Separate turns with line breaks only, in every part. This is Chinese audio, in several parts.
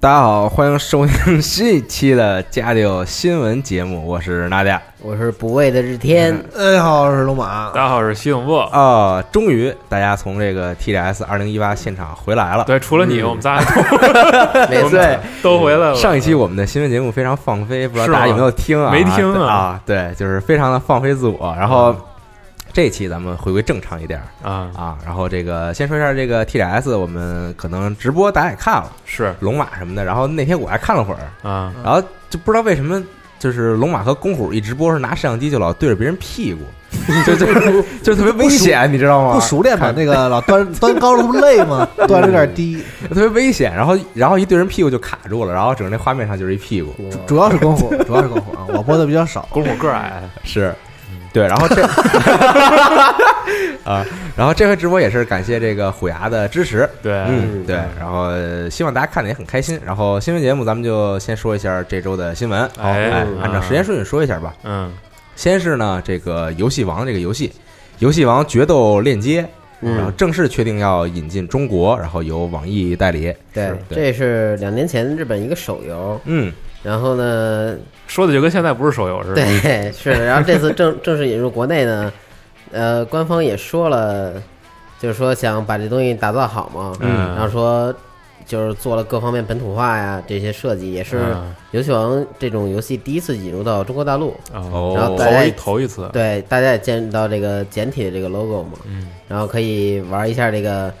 大家好，欢迎收听新一期的《家里有新闻》节目，我是娜姐。
我是不畏的日天，
嗯
大家哎好，我是龙马
大。家好，我是徐永波。
啊、终于大家从这个 TGS 二零一八现场回来了。
对，除了你，我们仨都
没错，
对，
都回来了。
上一期我们的新闻节目非常放飞，不知道
是吗
大家有没有听啊？
没听啊嗯
啊对，就是非常的放飞自我。然后这期咱们回归正常一点儿
啊，
啊。然后这个先说一下这个 TGS，我们可能直播大家也看了，
是
龙马什么的。然后那天我还看了会儿，
啊，
然后就不知道为什么，就是龙马和公虎一直播是拿摄像机就老对着别人屁 股，就就就特别危险，你知道吗？
不熟练吧？那个老端 端高了不累嗯吗？ 端的有点低，
特别危险。然后然后一对人屁股就卡住了，然后整个那画面上就是一屁股，
主主要是功夫，主要是功夫啊！我播的比较 少，
公虎个儿矮，
是。对，然后 这啊，然后这回直播也是感谢这个虎牙的支持，
对，
嗯，对，然后呃希望大家看的也很开心。然后新闻节目咱们就先说一下这周的新闻，
哎
哎
嗯，
按照时间顺序说一下吧。
嗯，
先是呢，这个游戏王这个游戏，游戏王决斗链接，然后
嗯，
正式确定要引进中国，然后由网易代理。
对
是，对
这是两年前日本一个手游，
嗯，
然后呢，
说的就跟现在不是手游似的。嗯
对， 是的，然后这次正正式引入国内呢，呃，官方也说了，就是说想把这东西打造好嘛，
嗯
然后说就是做了各方面本土化呀，这些设计也是
嗯
游戏王这种游戏第一次引入到中国大陆，
啊
哦
然后大
头
家
一头一次，
对，大家也见到这个简体的这个 logo 嘛，
啊嗯，
然后可以玩一下这个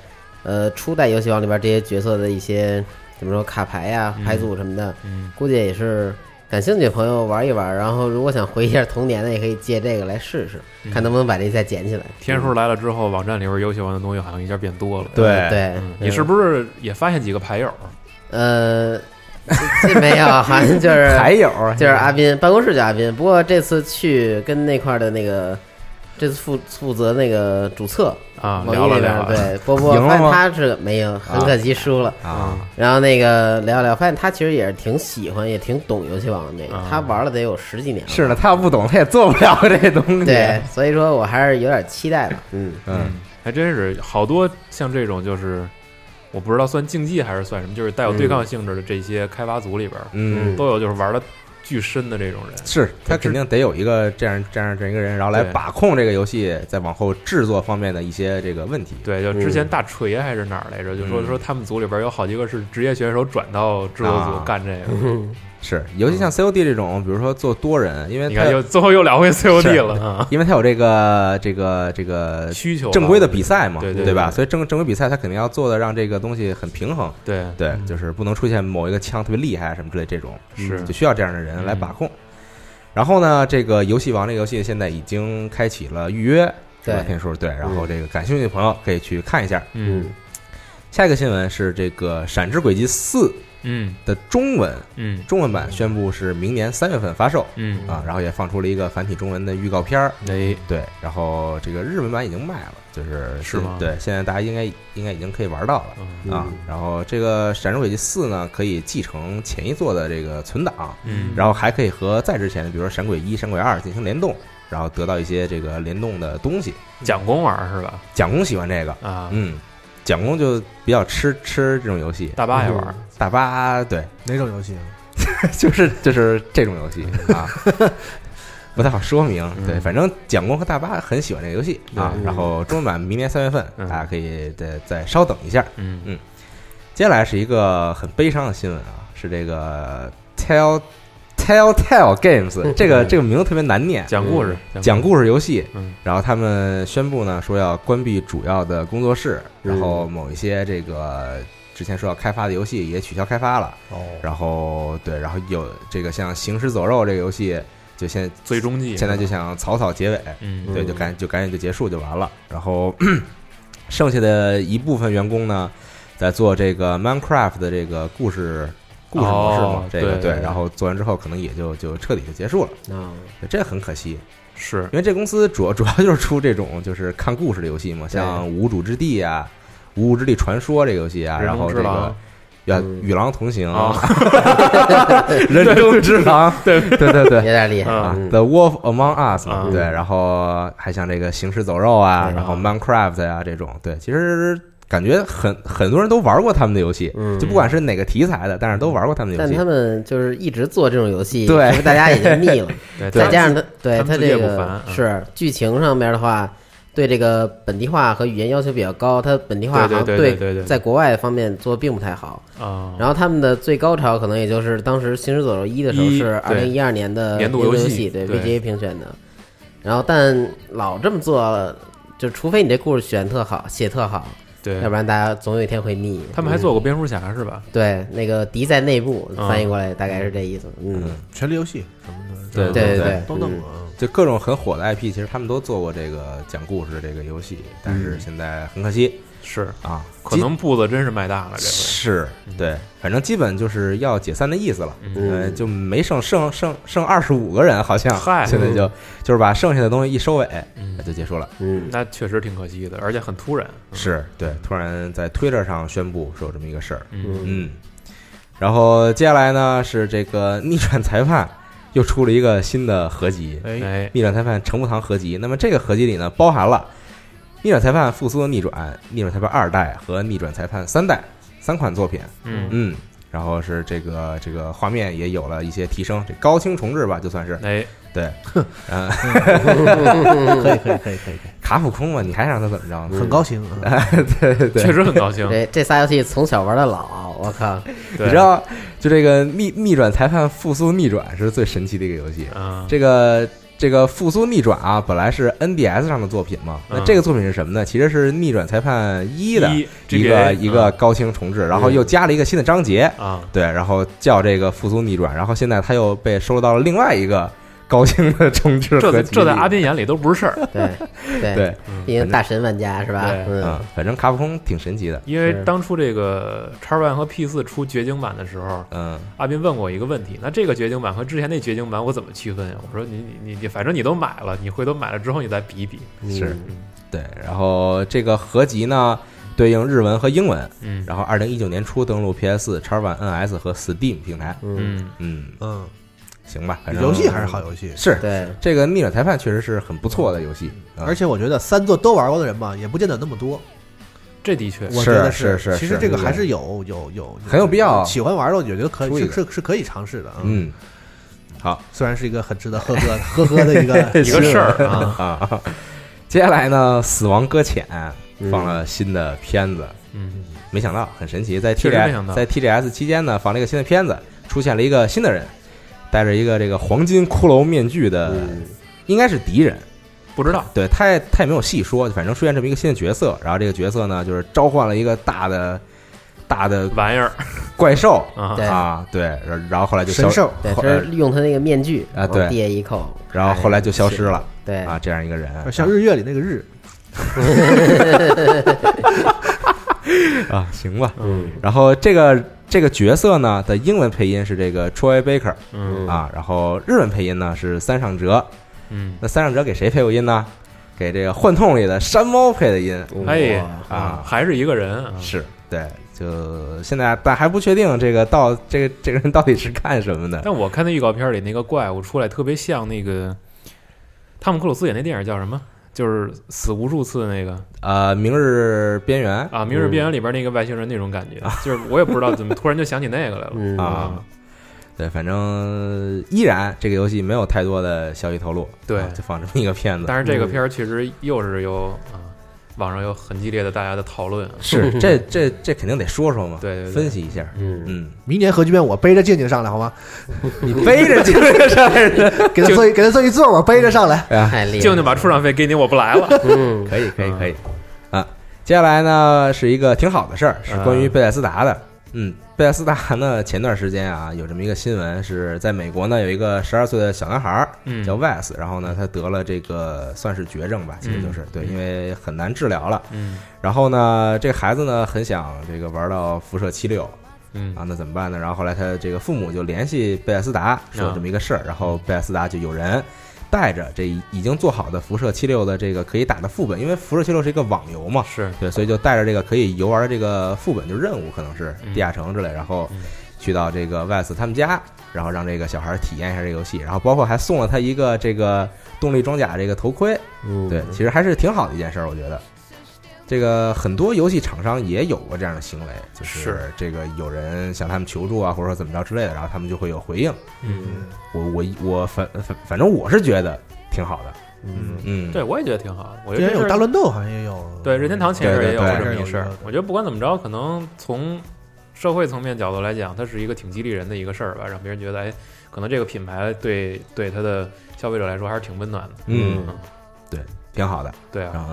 呃初代游戏王里边这些角色的一些怎么说卡牌呀、牌组什么的，
嗯
估计也是感兴趣的朋友玩一玩。然后如果想回忆一下童年的，也可以借这个来试试，
嗯
看能不能把这再捡起来。
天数来了之后，网站里边游戏玩的东西好像一下变多了。
对
呃对
嗯，，你是不是也发现几个牌友？
呃，这这没有，好像 就是
还有
就是阿斌，办公室叫阿斌。不过这次去跟那块儿的那个，这次负负责那个主策
啊
嗯
网易
聊了
那边
聊
儿
了
对波 波，
赢了
发现
吗
他是没有，很可惜输了。
啊，
然后那个聊聊，发现他其实也是挺喜欢，也挺懂游戏王这个
啊，
他玩了得有十几年了。
是呢，他要不懂，他也做不了这东西。
对，，所以说我还是有点期待吧。嗯，
嗯，
还真是好多像这种就是，我不知道算竞技还是算什么，就是带有对抗性质的这些开发组里边儿，
嗯
都有就是玩的巨深的这种人。
是他肯定得有一个这样这样这样一个人，然后来
对
把控这个游戏在往后制作方面的一些这个问题。
对，就之前大锤还是哪儿来着，就说
嗯
说他们组里边有好几个是职业选手转到制作
啊
组干这个，
是，尤其像 COD 这种，比如说做多人，因为
你
他
看又最后又聊回 COD
是
了啊，
因为他有这个这个这个
需求吧
正规的比赛嘛，
对对
吧？
对
所以正正规比赛他肯定要做的让这个东西很平衡。
对
对，就是不能出现某一个枪特别厉害什么之类这种，
嗯
嗯
是
就需要这样的人来把控。然后呢，这个游戏王这个游戏现在已经开启了预约，是吧
对
天数对，然后这个感兴趣的朋友可以去看一下。
嗯
下一个新闻是这个《闪之轨迹四》
嗯
的中文
嗯
中文版宣布是明年三月份发售
嗯
啊，然后也放出了一个繁体中文的预告片儿。
哎
对，然后这个日文版已经卖了，就是
是吗
对，现在大家应该应该已经可以玩到了。
嗯
啊，然后这个《闪之轨迹四》呢，可以继承前一座的这个存档，
嗯
然后还可以和再之前的，比如说《闪鬼一》《闪鬼二》进行联动，然后得到一些这个联动的东西。
蒋公玩儿是吧？
蒋公喜欢这个，
啊，
嗯，蒋公就比较吃吃这种游戏。
大巴也玩儿，
大巴对，
哪啊种游戏？
就是就是这种游戏 啊，不太好说明。对，
嗯
反正蒋公和大巴很喜欢这个游戏啊
对。
然后中文版明年三月份，
嗯
大家可以再再稍等一下。
嗯
接下来是一个很悲伤的新闻啊，是这个 Tell Telltale Games
嗯
这个这个名字特别难念，
讲故事，
讲故事游戏。
嗯
然后他们宣布呢，说要关闭主要的工作室，
嗯
然后某一些这个之前说要开发的游戏也取消开发了。
哦，
然后对，然后有这个像《行尸走肉》这个游戏，就现
最终季，
现在就想草草结尾，
嗯
对，
嗯
就赶就赶紧就结束就完了。然后 剩下的一部分员工呢，在做这个 Minecraft 的这个故事故事模式嘛
哦，
这个
对
对，然后做完之后可能也就就彻底就结束了，
嗯
啊，
对这很可惜。
是
因为这公司主要主要就是出这种就是看故事的游戏嘛，像《无主之地》啊，《无主之地传说》这个游戏啊，
人
然
中
后
之
这个
狼
要
嗯
与狼同行
啊，
人中之狼，对对对
有
对
点厉害
啊
嗯
，The Wolf Among Us 嘛
嗯
对，然后还像这个《行尸走肉》啊，
对
然后《Minecraft》啊这种，对，其实感觉很很多人都玩过他们的游戏，
嗯
就不管是哪个题材的，但是都玩过他们的游
但
戏
他。们就是一直做这种游 戏，
对
是不是大家已经腻了？
对
再加上
他
他对
们
他
自己也
这
不烦
个
啊
是剧情上面的话，对这个本地化和语言要求比较高，他本地化好
对
像
对对对对对
在国外方面做并不太好。
啊，
然后他们的最高潮可能也就是当时《行尸走肉一》的时候
一
是二
对
零一二年的
年度游
游
戏
对
对
VGA 评选的。然后但老这么做，就除非你这故事选特好，写特好，
对
要不，然大家总有一天会腻。
他们还做过蝙蝠侠是吧？
对那个敌在内部
嗯
翻译过来大概是这意思。嗯，
权力游戏什么的，
对
这
对
对
对
都弄过啊。
就各种很火的 IP，其实他们都做过这个讲故事的这个游戏，但是现在很可惜
是，
啊，
嗯可能步子真是迈大了，这回嗯
是对，反正基本就是要解散的意思了，
嗯
呃，就没剩剩剩剩二十五个人，好像
嗨
现在就就是把剩下的东西一收尾，
嗯
那就结束了。
嗯
那确实挺可惜的，而且很突然。嗯
是对，突然在推特上宣布说有这么一个事儿，
嗯，
嗯，然后接下来呢是这个逆转裁判又出了一个新的合集，
哎，
哎，
逆转裁判程步堂合集。那么这个合集里呢，包含了逆转裁判复苏的逆转、逆转裁判二代和逆转裁判三代三款作品。
嗯，
嗯，然后是这个这个画面也有了一些提升，这高清重置吧，就算是
哎，
对，嗯、 哎
可以可以可以可以，可以
卡普空嘛，你还让他怎么着呢？
很高兴啊。
对 对对
确，实很高兴。
这这仨游戏从小玩到老，我靠，
对
你知道，就这个逆逆转裁判复苏逆转是最神奇的一个游戏。
啊，
这个这个复苏逆转啊，本来是 NDS 上的作品嘛，那
嗯
这个作品是什么呢？其实是逆转裁判一的一个
GBA
一个高清重置，然后又加了一个新的章节，
嗯哎啊，
对，然后叫这个复苏逆转，然后现在它又被收录到了另外一个高清的重置
这
合
在
集
这在
里
阿斌眼里都不是事 儿。
对对，
哎
对，
嗯
毕竟大神玩家是吧？
对
嗯
嗯，反正卡普空挺神奇的，
因为
是
当初这个 X One 和 P 四出绝境版的时候，
嗯，
阿斌问过我一个问题：那这个绝境版和之前那绝境版我怎么区分啊呀？我说你你你你，反正你都买了，你回头买了之后你再比一比。
是对，然后这个合集呢对应日文和英文，
嗯
然后二零一九年初登陆 PS、x One、NS 和 Steam 平台，
嗯，
嗯，
嗯，
嗯，
行吧，反正
游戏还是好游戏，
是
对，
这个逆转裁判确实是很不错的游戏，啊
而且我觉得三座都玩过的人吧，也不见得那么多。
这的 确
我觉得
是是是
其实这个
是
还是有有有
很有必要啊
喜欢玩的，我觉得可
出
以
一
是
个
是是可以尝试的啊。
嗯，好
虽然是一个很值得呵呵呵呵的 一个
一个事儿啊，
啊。 接下来呢，《死亡搁浅》放了新的片子，
嗯
没想到很神奇，在
确实没想
TGS
到
在 TGS 期间呢，放了一个新的片子，出现了一个新的人，戴着一个这个黄金骷髅面具的，
嗯
嗯
应该是敌人，
不知道
对他也他也没有细说，反正出现这么一个新的角色，然后这个角色呢，就是召唤了一个大的大的
玩意儿
怪兽
啊
对
啊，对，然然后后来就消
神兽，
对，
后
他是用他那个面具
啊对
往地下一口，
然后后来就消失了
哎，对
啊，这样一个人，
像日月里那个日，
啊，行吧。
嗯
然后这个这个角色呢的英文配音是这个 Troy Baker
嗯
啊，然后日文配音呢是三上哲。
嗯，
那三上哲给谁配过音呢？给这个《幻痛》里的山猫配的音
哎
哇嗯
啊，还是一个人啊，
是。对，就现在但还不确定这个到这个这个人到底是干什么的。
但我看那预告片里那个怪物出来特别像那个汤姆克鲁斯演那电影叫什么？就是死无数次的那个
呃，明日边缘
啊，《明日边缘》里边那个外星人那种感觉，就是我也不知道怎么突然就想起那个来了
嗯
啊，对，反正依然这个游戏没有太多的消息透露，
对
啊就放这么一个片子。
但是这个片儿确实又是有啊，网上有很激烈的大家的讨论啊。
是这这这肯定得说说嘛，
对对对
分析一下，
嗯，
嗯，
明年核聚变我背着静静上来好吗？
你背着这个事儿，
给他做一给他做一座，我背着上来。
啊，
太厉害了，
静静把出场费给你，我不来了。
嗯，
可以可以可以啊。接下来呢是一个挺好的事儿，是关于贝塞斯达的。嗯，贝塞斯达呢前段时间啊有这么一个新闻，是在美国呢有一个十二岁的小男孩儿
嗯，
叫 Wes，然后呢他得了这个算是绝症吧，其实就是对，因为很难治疗了。
嗯
然后呢这孩子呢很想这个玩到辐射七六，
嗯
啊，那怎么办呢？然后后来他这个父母就联系贝塞斯达说有这么一个事儿，然后贝塞斯达就有人带着这已经做好的辐射七六的这个可以打的副本，因为辐射七六是一个网游嘛，
是
对，所以就带着这个可以游玩的这个副本，就任务可能是地下城之类，然后
嗯
去到这个 Wes 他们家，然后让这个小孩体验一下这个游戏，然后包括还送了他一个这个动力装甲这个头盔，
嗯
对，其实还是挺好的一件事儿，我觉得。这个很多游戏厂商也有过这样的行为，就是是这个有人向他们求助啊，或者说怎么着之类的，然后他们就会有回应。
嗯，
我我我反反反正我是觉得挺好的，
嗯
嗯，
对，我也觉得挺好的。我
之
觉得这
前
事
有大嗯
儿
乱斗，好像也有。
对任天堂前一阵儿也有
对对
过
对
这么一事儿
对对。对
我觉得不管怎么着，可能从社会层面角度来讲，它是一个挺激励人的一个事儿吧，让别人觉得哎，可能这个品牌对对它的消费者来说还是挺温暖的。
嗯，挺好的。
对啊
然后，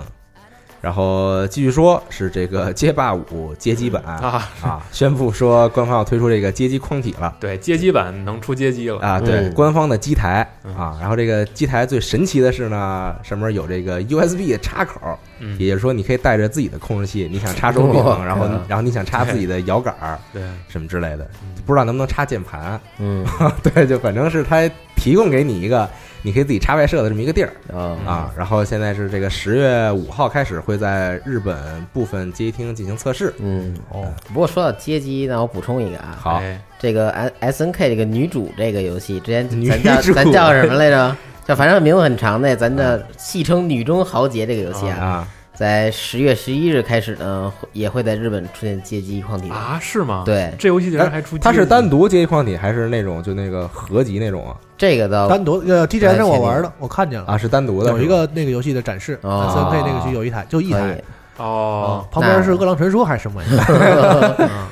然后继续说是这个街霸五街机版啊
啊，
宣布说官方要推出这个街机框体了。
对，街机版能出街机了。
啊，对，
嗯
官方的机台
嗯
啊，然后这个机台最神奇的是呢，上面有这个 USB 的插口，
嗯，哦
也就是说，你可以带着自己的控制器，你想插手柄，
哇
然后
对啊
然后你想插自己的摇杆儿
对，
什么之类的
嗯，
不知道能不能插键盘。
嗯
对，就反正是它提供给你一个你可以自己插外设的这么一个地儿
嗯
啊，
啊。然后现在是这个十月五号开始会在日本部分街机厅进行测试。
嗯。
哦，
不过说到街机，那我补充一个啊，
好，
哎
这个 S S N K 这个女主这个游戏，之前
女
咱叫
主
咱叫什么来着？叫反正名字很长的，咱这戏称“女中豪杰”这个游戏啊，
啊，
在十月十一日开始呢，会也会在日本出现街机框体。
啊，是吗？
对
这游戏竟
哎
然还出街机，啊
它是单独街机框体还是那种就那个合集那种啊？
这个倒
单独呃 T G
来
S 我
确定
玩了，我看见了，
啊，是单独的，
有
是
一
吧
个那个游戏的展示，
哦
三 K 那个区有一台，就一
可
台
以，
哦。
旁边是《饿狼传说》还是什么玩 意儿？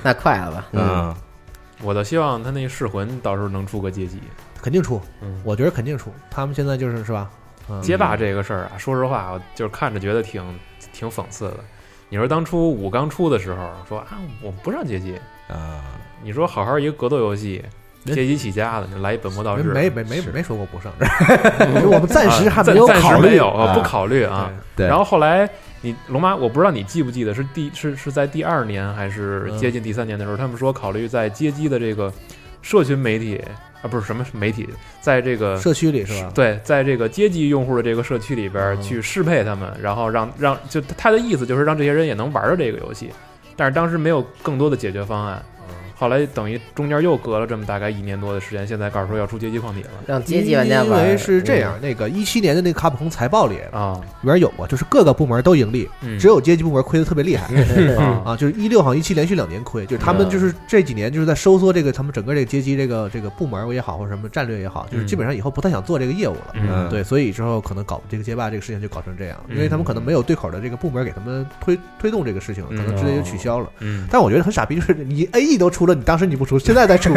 那快了吧？
嗯，
我倒希望他那噬魂到时候能出个街机。
肯定出，
嗯，
我觉得肯定出。他们现在就是是吧？嗯
街霸这个事儿啊，说实话，我就是看着觉得挺挺讽刺的。你说当初五刚出的时候，说啊我不上街机，
啊，
你说好好一个格斗游戏，
人
街机起家的，你来一本末倒置，啊
没没没
是
没说过不上， 我们暂时还
暂
没有
暂时
考
没
虑
有，呃
啊
不考虑啊。
对，
然后后来你龙妈，我不知道你记不记得，是第是是在第二年还是
嗯
接近第三年的时候，他们说考虑在街机的这个社群媒体啊，不是什么媒体，在这个
社区里是吧？
对，在这个街机用户的这个社区里边儿
嗯
去适配他们，然后让让就他的意思就是让这些人也能玩到这个游戏，但是当时没有更多的解决方案。
嗯
后来等于中间又隔了这么大概一年多的时间，现在告诉说要出街机框体了
让街机玩家
因
玩
为是这，样，那个一七年的那个卡普空财报里
啊，
里边有过，就是各个部门都盈利，
嗯，
只有街机部门亏的特别厉害。
啊
啊，就是一六好像一七连续两年亏，就是他们
嗯
就是这几年就是在收缩这个他们整个这个街机这个这个部门也好，或者什么战略也好，就是基本上以后不太想做这个业务了。
嗯
对，所以之后可能搞这个街霸这个事情就搞成这样，
嗯
因为他们可能没有对口的这个部门给他们推推动这个事情，可能直接就取消了。
嗯，
但我觉得很傻逼，就是你 A E 都出了，你当时你不出，现在再 出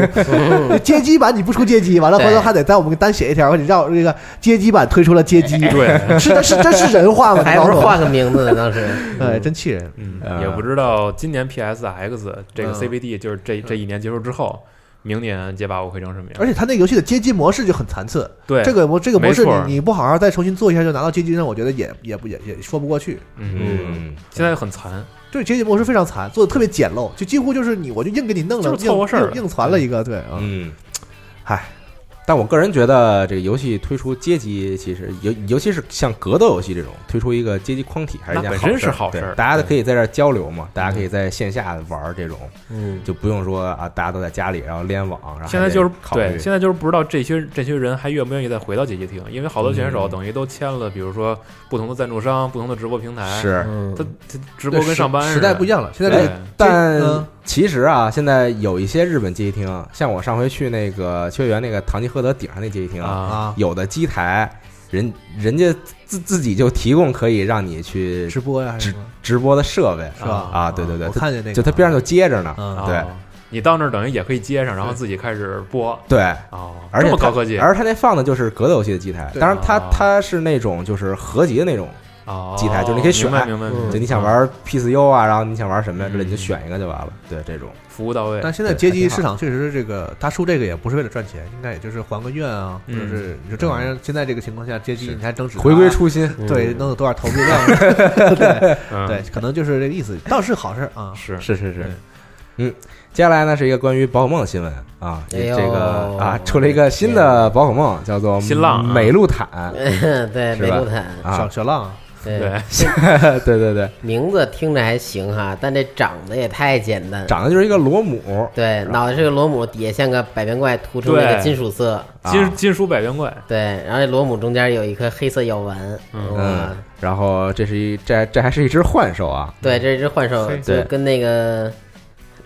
街机版你不出街机，完了回头
对
还得在我们单写一条，你让这个街机版推出了街机，
对，
是这是这是人话吗？
还不是
你告诉我
换个名字呢？当时
哎，真气人。
嗯
呃，
也不知道今年 PSX 这个
嗯
CBD 就是这这一年结束之后，明年街霸五会成什么样？
而且他那个游戏的街机模式就很残次，
对
这个模这个模式
没错
你你不好好再重新做一下就拿到阶级上，我觉得也也不也也说不过去。
嗯，
嗯，
现在很残，
对阶级模式非常惨，做的特别简陋，就几乎就是你我就硬给你弄了，
就是凑合事儿
硬硬硬传了一个，对啊，
嗯。
嗨，
但我个人觉得，这个游戏推出街机，其实尤尤其是像格斗游戏这种，推出一个街机框体还是一件
那
好
本
事儿。
身是好事儿嗯
对大家都可以在这儿交流嘛，大家可以在线下玩儿这种，
嗯，
就不用说啊，大家都在家里，然后联网，然后
现在就是
还得考
对，
虑
现在就是不知道这些这些人还愿不愿意再回到街机厅，因为好多选手
嗯
等于都签了，比如说不同的赞助商、不同的直播平台，
是。
嗯
他他直播跟上班
时时代不一样了，现在这
对
个
但
嗯
其实啊，现在有一些日本街机厅，像我上回去那个秋叶原那个唐吉诃德顶上那街机厅，
啊，
啊，
有的机台人人家自自己就提供可以让你去
直播呀，还是什么
直播的设备，
是吧？
啊对对对
我看见那个，
就它边上就接着呢。
嗯，
对
哦，你到那儿等于也可以接上，然后自己开始播
对，
哦，
而且
这么
它
高科技，
而它那放的就是格斗游戏的机台，
对
当然它
啊
它是那种就是合集的那种，
哦
机台就是你可以选
明白明白，明白
就你想玩 PCU 啊，然后你想玩什么呀之类，
嗯
你就选一个就完了。对，这种
服务到位，
但现在街机市场确实是这个，他出这个也不是为了赚钱，应该也就是还个愿啊，或
嗯
者是你说这玩意儿现在这个情况下，街机
是
你还争取
回归，初心，
对，
嗯
能有多少投币量？ 对
嗯
对，可能就是这个意思，倒是好事啊。
是
是是
对
是。嗯，接下来呢是一个关于宝可梦的新闻啊，
哎
这
呦
个啊出了一个新的宝可梦，叫做
哎新浪啊
美 露坦
对，
是吧
美露坦，
小
啊，
小浪啊，
对，
对，
对对对，
名字听着还行哈，但这长得也太简单。
长得就是一个螺母，
对，脑袋是个螺母，底下像个百变怪，涂成那个
对
金属色。
啊
金金属百变怪，
对，然后这螺母中间有一颗黑色药丸。
嗯
哇
嗯，然后这是一这这还是一只幻兽啊，
对，这只幻兽
黑
就是
对
跟那个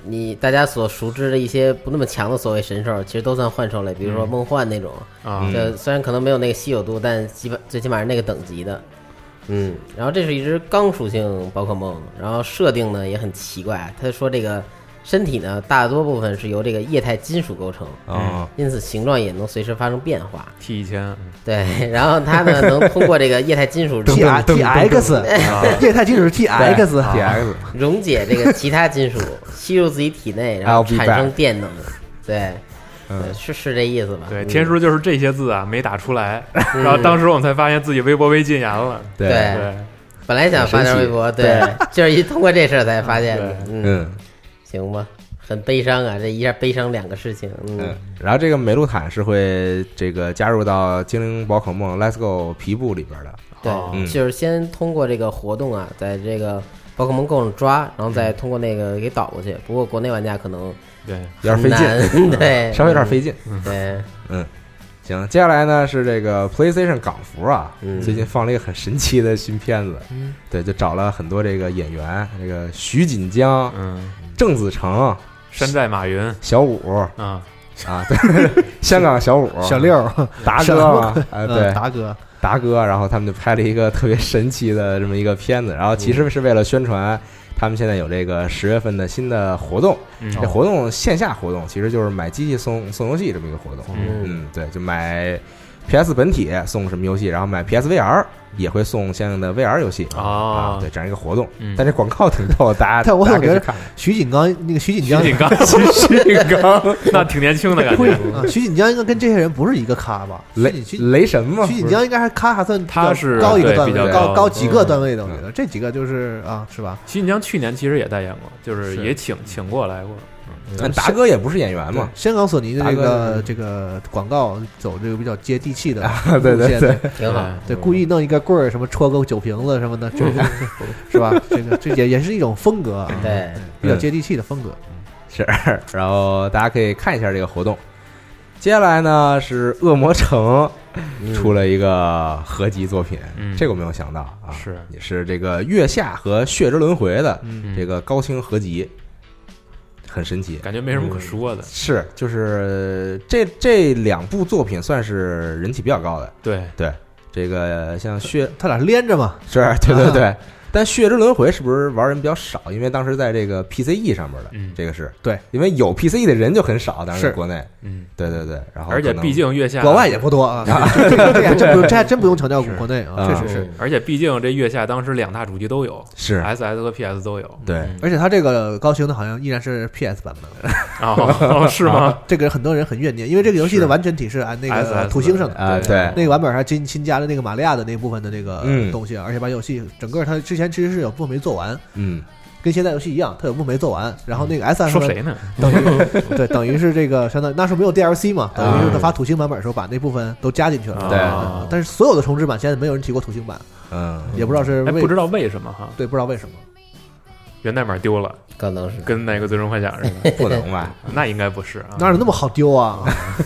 你大家所熟知的一些不那么强的所谓神兽，其实都算幻兽类，比如说梦幻那种。
啊，
这虽然可能没有那个稀有度，但基本最起码是那个等级的。嗯，然后这是一只刚属性宝可梦，然后设定呢也很奇怪。他说这个身体呢大多部分是由这个液态金属构成，
啊，
因此形状也能随时发生变化。
T 一千，嗯
对，然后它呢能通过这个液态金属
T
溶
R T X，液
啊
态金属 T X
啊
T X
溶解这个其他金属，吸入自己体内，然后
I'll be
产生电能。对，
嗯
呃是是这意思吧？
对，
嗯
天叔就是这些字啊没打出来， 然后当时我们才发现自己微博被禁言了，
对
对，
本来想发条微博，对， 就是一通过这事儿才发现的。嗯，
嗯
行吧，很悲伤啊，这一下悲伤两个事情。嗯
嗯，，然后这个美露坦是会这个加入到精灵宝可梦 Let's Go 皮部里边的，
对，
哦
嗯
就是先通过这个活动啊，在这个宝可梦 Go 上抓，然后再通过那个给导过去。不过国内玩家可能
对，
有点费劲，
劲，
哎
对，
稍微有点费劲。
嗯。对，
行，接下来呢是这个 PlayStation 港服啊，
嗯
最近放了一个很神奇的新片子，
嗯
对，就找了很多这个演员，这个徐锦江、
嗯，
郑子成、
山寨马云
小五
啊，
啊，对，香港小五、
小六儿，
达
小
哥 嘛，哎，
嗯
啊对，
达哥，
达哥，然后他们就拍了一个特别神奇的这么一个片子，然后其实是为了宣传他们现在有这个十月份的新的活动，
嗯
这活动线下活动其实就是买机器送送游戏这么一个活动，
嗯
嗯，对，就买 PS 本体送什么游戏，然后买 PSVR 也会送相应的 VR 游戏
哦
啊，对，这样一个活动
嗯，
但这广告挺逗，大家
但我
大家可以
总
去
觉
看
徐锦刚那个徐锦江
徐，锦刚，徐锦刚，那挺年轻的感
会
觉，
啊徐锦江应该跟这些人不是一个咖吧？
雷
徐锦
雷神嘛，
徐锦江应该还咖还算比较
他是
高一个
对比
段位，
较
高
高
高几个段位的，
嗯
我觉得这几个就是啊，是吧？
徐锦江去年其实也代言过，就是
是
也请请过来过，嗯
但嗯达哥也不是演员嘛，
香港索尼的这
达哥
个这个广告走这个比较接地气的
啊对对
路线
对，
挺好。
对，
嗯
故意弄一个棍儿，什么戳个酒瓶子什么的，这个是吧？这个这也也是一种风格
嗯
啊，
对，
比较接地气的风格。
是，然后大家可以看一下这个活动。接下来呢是《恶魔城》
嗯
出了一个合集作品，
嗯
这个我没有想到啊，
是
也是这个月下和血之轮回的
嗯
这个高清合集，很神奇。
感觉没什么可说的，
是，就是这这两部作品算是人气比较高的，
对，
对。这个像血
他俩连着嘛，
是，对对对，
啊
但血之轮回是不是玩人比较少？因为当时在这个 PCE 上面的，
嗯
这个是
对，
因为有 PCE 的人就很少，当时在
是
国内，
嗯，
对对对，然后
而且
可能
毕竟月下
国外也不多啊。这这 这还真不用，这还真不用强调国内啊，
啊
确实是。
而且毕竟这月下当时两大主机都有
是
，SS 和 PS 都有，
对
嗯
而且他这个高清的好像依然是 PS 版本，
哦，哦是
啊
吗？
这个很多人很怨念，因为这个游戏的
是
完整体是按那
SS
个
的
土星上的，
啊对
那个版本还新新加了那个玛利亚的那部分的这个
嗯
东西，啊而且把游戏整个它之前其实是有部分没做完，
嗯
跟现在游戏一样，它有部分没做完。然后那个 S S
说谁呢？
等于 对，等于是这个相当于那时候没有 D L C 嘛，等于
啊
是他发土星版本的时候把那部分都加进去了。
对
哦
但是所有的重置版现在没有人提过土星版，
嗯
也不知道是
哎，
为
不知道为什么哈，
对不知道为什么。
源代码丢了，
可能是
跟那个最终幻想似的，
不能吧？
那应该不是啊，
哪有那么好丢啊？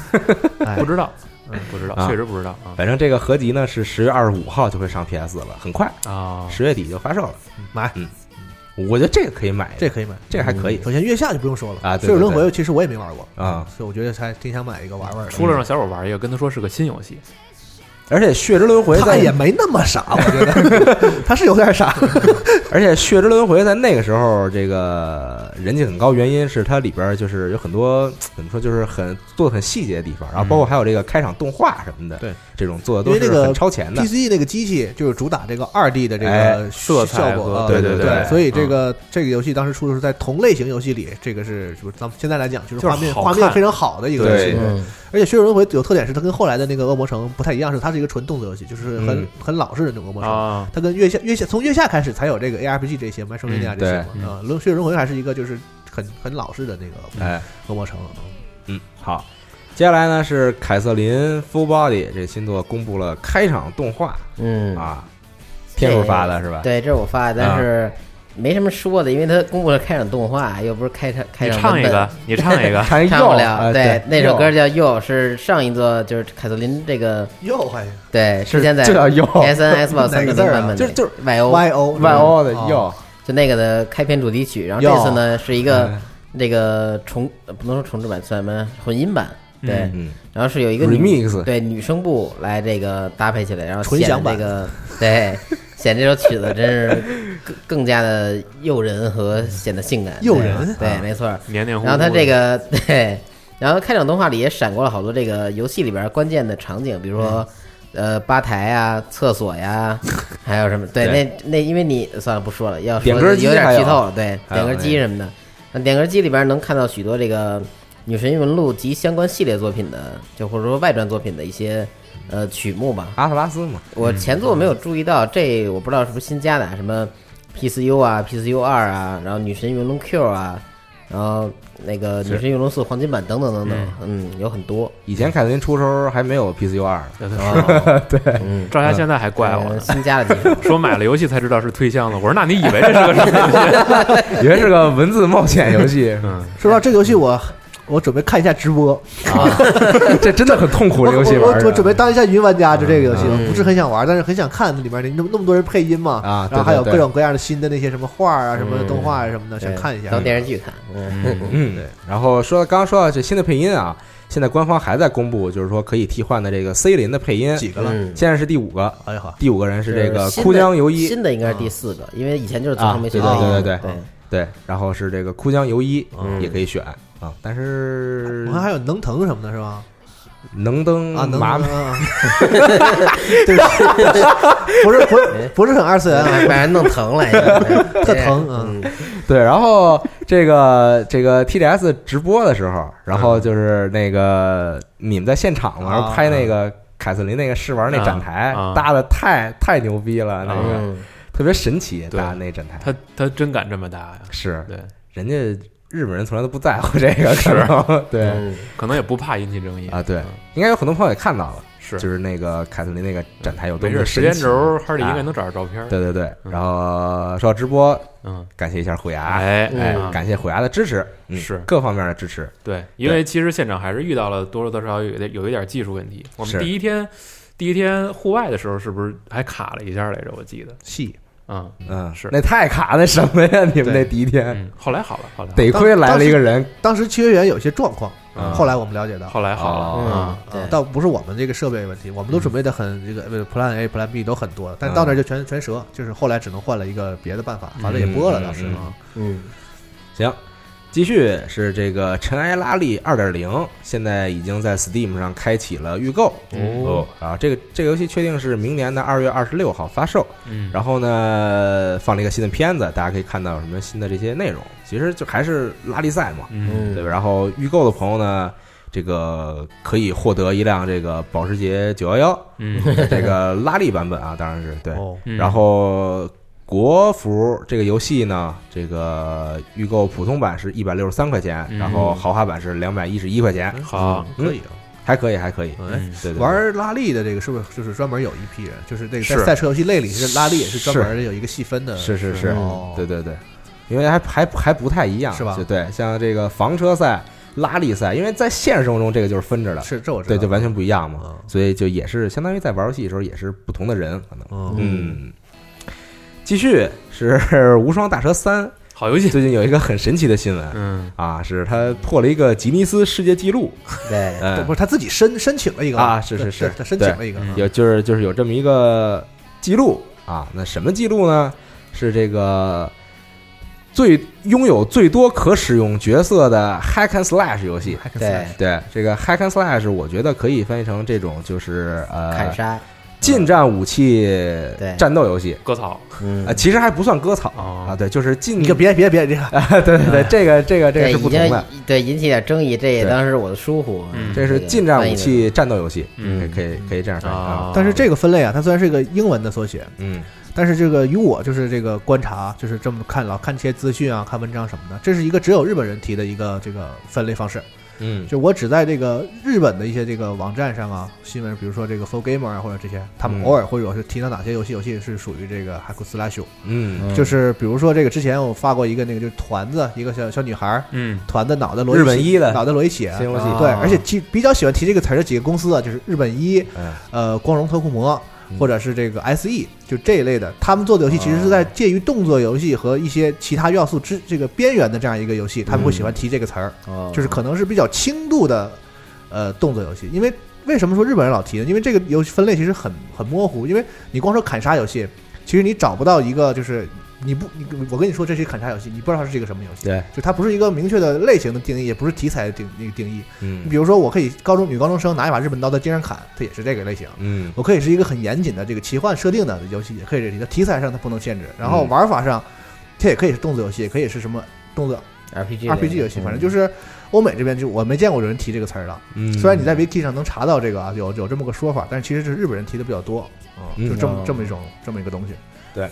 哎
不，知道，嗯，不知道，
啊
确实不知道啊
反正这个合集呢是十月二十五号就会上 PS 了，很快，
啊，
十月底就发售了。嗯
买
我觉得这个可以买，
这可以买。
这个还可以
首先月下就不用说了
啊对
血
对
轮
对
回其实我也没玩过
啊
所以我觉得还挺想买一个玩玩的。
出了让小伙玩一个，跟他说是个新游戏，
而且血之轮回
他
在
也没那么傻，我觉得 他是有点傻。
而且《血之轮回》在那个时候，这个人气很高，原因是它里边就是有很多怎么说，就是很做的很细节的地方，然后包括还有这个开场动画什么的，
对，
这种做的都
因为
是
那个
很超前的
P。C E 那个机器就是主打这个二 D 的这
哎
个
色彩
效
和
果，啊
对
对
对对
所以这个这个游戏当时出的时候，在同类型游戏里，这个是就是咱们现在来讲，就是画
就是
面
好
画面
看
非常好的一个游
对
戏。
嗯，
而且《血肉轮回》有特点是它跟后来的那个《恶魔城》不太一样，是它是一个纯动作游戏，就是很、
嗯
很老式的那种恶魔城。
啊，
它跟月下月下从月下开始才有这个 ARPG 这些 m e t r o v a n i a
嗯
这些嘛
对
啊，轮《血肉轮回》还是一个就是很很老式的那个
哎，
恶魔城。嗯
嗯，好。接下来呢是凯瑟琳 Full Body 这新作公布了开场动画
嗯，
啊，天数发的是吧？，
对，这是我发的，但是没什么说的，因为他公布了开场动画，又不是开场开
你
场
唱一
文本
个，你唱一个
还
唱
要
不
哎
了。
对，
那首歌
要
叫《又》，是上一座就是凯瑟琳这个
又欢迎
对，之前在
就叫又
S N Xbox
哦哪
三
个
六
字
零
儿啊
版本
就
那
就是
Y O
Y O
万欧的
哦
要
就那个的开篇主题曲。然后
哟嗯
这次呢是一个
哎
那个重呃不能说重制版，算什么混音版？对，
嗯，
然后是有一个女
Remix
对女声部来这个搭配起来，然后
纯
显
享
得
版
这个对显得这首曲子真是更更加的诱人和显得性感
诱
对
人
对
啊，
没错。
黏黏糊糊
然
的。
后它这个对，然后开场动画里也闪过了好多这个游戏里边关键的场景，比如说。
嗯
呃，吧台啊，厕所呀， 还有什么？对，
对
那那因为你算了，不说了，要说
点歌机
有点
还有
剧透了。对，
还有
点歌机什么的，那点歌机里边能看到许多这个《女神异闻录》及相关系列作品的，就或者说外传作品的一些呃曲目吧。
阿特拉斯嘛，
我前作没有注意到，这我不知道是不是新加的啊，什么 PCU 啊、PCU 二啊，然后女神异闻龙 Q 啊，然后那个女神异闻龙四黄金版等等等等，嗯，有 很多。
以前凯瑟琳出时候还没有 PCU 二呢，
嗯，
呃赵霞现在还怪我
呃
呢，
新加的 几首
说买了游戏才知道是推箱子。我说那你以为这是个什么游戏？
以为是个文字冒险游 戏，
嗯，
说实话，这个游戏我我准备看一下直播，
啊，
这真的很痛苦，
我
这游戏
我
玩啊
我
着
我准备当一下云玩家，就这个游戏，
嗯
我不是很想玩，但是很想看里面那那么那么多人配音嘛
啊对
然后还有
对对
各种各样的新的那些什么画啊、什么动画啊什么的，想
对
看一下。
当电视剧看，嗯，
嗯，对。然后说刚刚说到这新的配音啊，现在官方还在公布，就是说可以替换的这个 C 林的配音，
几个了？
嗯
现在是第五个，
哎呀，
第五个人是这个
新的
枯江由一，
新的应该是第四个，因为以前就是从
啊
来没
对
学到
对
过
对对
对，
对，然后是这个枯江由一
嗯
也可以选啊，但是
我看还有能腾什么的是吧？啊
能登
啊，
嗯
能
麻
腾啊，对，不是不
哎
是不是很二次元 啊，
把人弄疼了，哎
特啊疼
嗯，
对，然后这个这个 TGS 直播的时候，然后就是那个你们在现场嘛，
啊
然后拍那个凯瑟琳那个试玩那展台
啊啊啊
搭的太太牛逼了，那个
嗯，
特别神奇
对
搭那展台
他他真敢这么搭呀？
是
对，
人家日本人从来都不在乎这个，是对
嗯
可能也不怕引起争议
啊，对
嗯，
应该有很多朋友也看到了，
是
就是那个凯瑟琳那个展台有多
没
么
事，时
的神
间
奇
轴哈里应该
啊
能找着照片。
对对对，
嗯
然后说到直播，
嗯，
感谢一下虎牙，
哎
嗯
哎，
啊感谢虎牙的支持，嗯
是
各方面的支持，
对，因为其实现场还是遇到了多多少少有点有一点技术问题。我们
是
第一天第一天户外的时候，是不是还卡了一下来着？我记得，
戏。
嗯
嗯，
是
那太卡那什么呀？你们
对
那第一天，
嗯，后来好了，后来好了
得亏来了一个人，
当时契约员有些状况
嗯，
啊
后来我们了解到。
后来好了，
嗯
哦
嗯，
啊
对，
倒不是我们这个设备问题，我们都准备的很这个呃 Plan A、Plan B 都很多，但
嗯
到那儿就全全折，就是后来只能换了一个别的办法，反正也
嗯
播了
嗯
当时
嗯
啊。
嗯，
行。继续是这个《尘埃拉力二点零》，现在已经在 Steam 上开启了预购
哦，
啊！这个这个游戏确定是明年的二月二十六号发售。
嗯，
然后呢，放了一个新的片子，大家可以看到有什么新的这些内容。其实就还是拉力赛嘛，
嗯
对
嗯
吧？然后预购的朋友呢，这个可以获得一辆这个保时捷九幺 幺
嗯，
这个拉力版本啊，当然是对。
哦，
嗯
然后国服这个游戏呢，这个预购普通版是一百六十三块钱，
嗯
然后豪华版是两百一十一块钱，
好，
可以啊。
还可以，还可以。
哎，
嗯
哎对对对
玩拉力的这个是不是就是专门有一批人，就是那个
是
在赛车游戏类里是拉力也是专门有一个细分的，
是是是
哦
对对对，因为还还还不太一样，
是吧
就对，像这个房车赛、拉力赛，因为在现实生活中这个就是分着的，
是这我知道，
对，就完全不一样嘛，
嗯
所以就也是相当于在玩游戏的时候也是不同的人，可能
嗯
嗯。继续是《无双大蛇三》
好游戏，
最近有一个很神奇的新闻
嗯，
啊，是他破了一个吉尼斯世界纪录，
对，
嗯
不，是他自己申申请了一个
啊是是
对
是
对他申请了一个，
对
有就是就是有这么一个记录啊。那什么记录呢？是这个最拥有最多可使用角色的 Hack and Slash 游戏。
还
对
对这个 Hack and Slash，我觉得可以翻译成这种就是
砍
呃
杀，
近战武器
对
战斗游戏
割草
嗯
啊，其实还不算割草
哦
啊，对，就是近
你可别别 别这个，
对对对，这个这个这个
对
是不
已
同
经
的，
对引起点争议，这也
对
当时我的疏忽啊
嗯。
这是
个
近战
翻
武
译的
器战斗游戏，
嗯
可以可以这样翻译啊，
但是这个分类啊，它虽然是一个英文的缩写，
嗯
但是这个与我就是这个观察，就是这么看老看这些资讯啊，看文章什么的，这是一个只有日本人提的一个这个分类方式。
嗯
就我只在这个日本的一些这个网站上啊，新闻，比如说这个 f o r Gamer 啊，或者这些，他们
嗯
偶尔会有是提到哪些游戏，游戏是属于这个 Hack Slash，
嗯，
嗯
就是比如说这个之前我发过一个那个就是团子，一个小小女孩儿
嗯
团子脑袋摞
日本一的
脑袋摞一起。
新游戏
啊
对，而且其比较喜欢提这个词儿的几个公司啊，就是日本一、
嗯
呃光荣特库摩
嗯，
或者是这个 SE，就这一类的，他们做的游戏其实是在介于动作游戏和一些其他要素之这个边缘的这样一个游
嗯
戏，他们会喜欢提这个词儿，
哦
就是可能是比较轻度的呃动作游戏，因为。为什么说日本人老提呢？因为这个游戏分类其实很很模糊，因为你光说砍杀游戏，其实你找不到一个就是你不你我跟你说这是一个砍杀游戏，你不知道它是一个什么游戏，
对，
就它不是一个明确的类型的定义，也不是题材的定那个定义。你
嗯
比如说，我可以高中女高中生拿一把日本刀在街上砍，它也是这个类型。
嗯
我可以是一个很严谨的这个奇幻设定的游戏，也可以是它题材上它不能限制，然后
嗯
玩法上它也可以是动作游戏，也可以是什么动作
RPG 类
RPG 游戏，反正就是欧美这边就我没见过有人提这个词儿了。
嗯，
虽然你在 Wiki 上能查到这个啊，有有这么个说法，但是其实是日本人提的比较多，
嗯
就这么
哦
这么一种这么一个东西。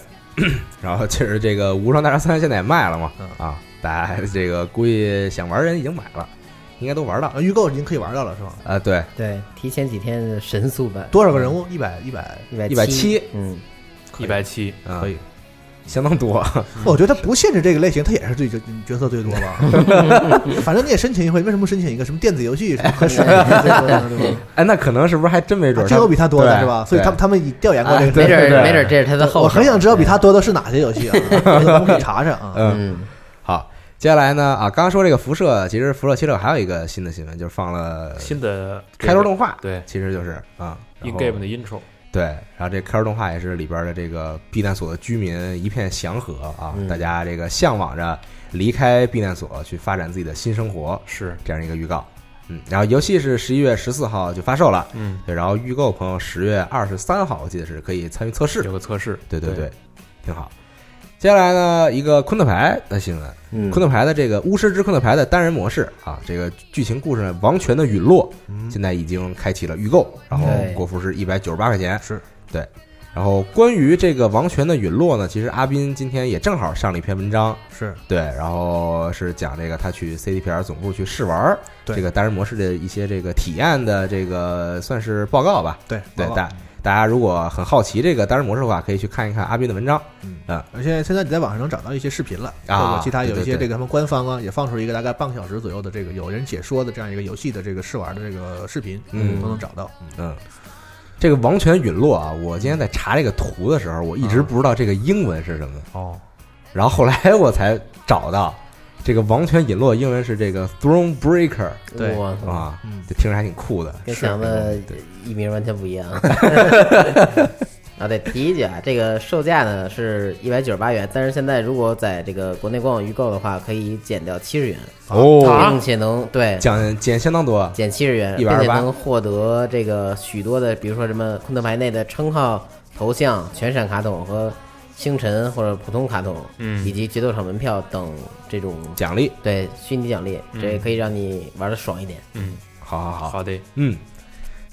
然后就是这个《无双大战三》现在也卖了嘛
嗯，
啊，大家这个估计想玩人已经买了，应该都玩到
啊，预购已经可以玩到了是吧？
啊，对，
嗯对，提前几天的神速版，
多少个人物？一百一百，
一百
170，
嗯，
一百七，
啊
可以。
相当多，
我觉得它不限制这个类型，它也是最角角色最多 吧。反正你也申请一回，为什么不申请一个什么电子游戏什么 可使用的最多
啊
呢？对吧？
哎，那可能是不是还真没准
啊
儿，
这有比他多的
对
是吧？所以
对
他们他们已调研过这
啊
个事
没
儿。
准
对对
儿没准儿这是他的后手。
我很想知道比他多的是哪些游戏啊？我可以查查啊。
嗯，
嗯，
好，接下来呢啊，刚刚说这个辐射，其实辐射七六还有一个新的新闻，就是放了
新的这个
呃开头动画，
对
其实就是啊然
in
后
game 的 intro，
对，然后这开头动画也是里边的这个避难所的居民一片祥和啊，
嗯
大家这个向往着离开避难所去发展自己的新生活，
是，
这样一个预告。嗯，然后游戏是十一月十四号就发售了，
嗯，
对，然后预购朋友十月二十三号，我记得是可以参与测试
有。个测试，
对对对，挺好。接下来呢，一个昆特牌的新闻，
嗯
昆特牌的这个巫师之昆特牌的单人模式啊，这个剧情故事呢，王权的陨落
嗯
现在已经开启了预购，然后
对
国服是一百九十八块钱，
哎是
对。然后关于这个王权的陨落呢，其实阿斌今天也正好上了一篇文章，
是
对，然后是讲这个他去 CDPR 总部去试玩儿
对
这个单人模式的一些这个体验的这个算是报告吧。
对
对，
报告嗯
大大家如果很好奇这个单人模式的话，可以去看一看阿斌的文章。
嗯
嗯
而且现在你在网上能找到一些视频了，
啊
包括其他有一
对对
些
对
这个他们官方啊也放出一个大概半个小时左右的这个有人解说的这样一个游戏的这个试玩的这个视频，
嗯
都能找到。
嗯，这个王权陨落啊，我今天在查这个图的时候，我一
嗯
直不知道这个英文是什么，
哦，
然后后来我才找到这个王权陨落英文是这个 Throne Breaker
对
我 操，
啊，
嗯，
这听着还挺酷的。
跟想的
对
译名完全不一样。啊，对，提一句啊，这个售价呢是一百九十八元，但是现在如果在这个国内官网预购的话，可以减掉七十元，
啊
哦，
并且能对
讲减相当多，
减七十元，并
128
且能获得这个许多的，比如说什么昆特牌内的称号、头像、全闪卡筒和星辰或者普通卡筒，
嗯
以及决斗场门票等这种
奖励，
对虚拟奖励，这也可以让你玩的爽一点。
嗯，
好好好，
好的，
嗯，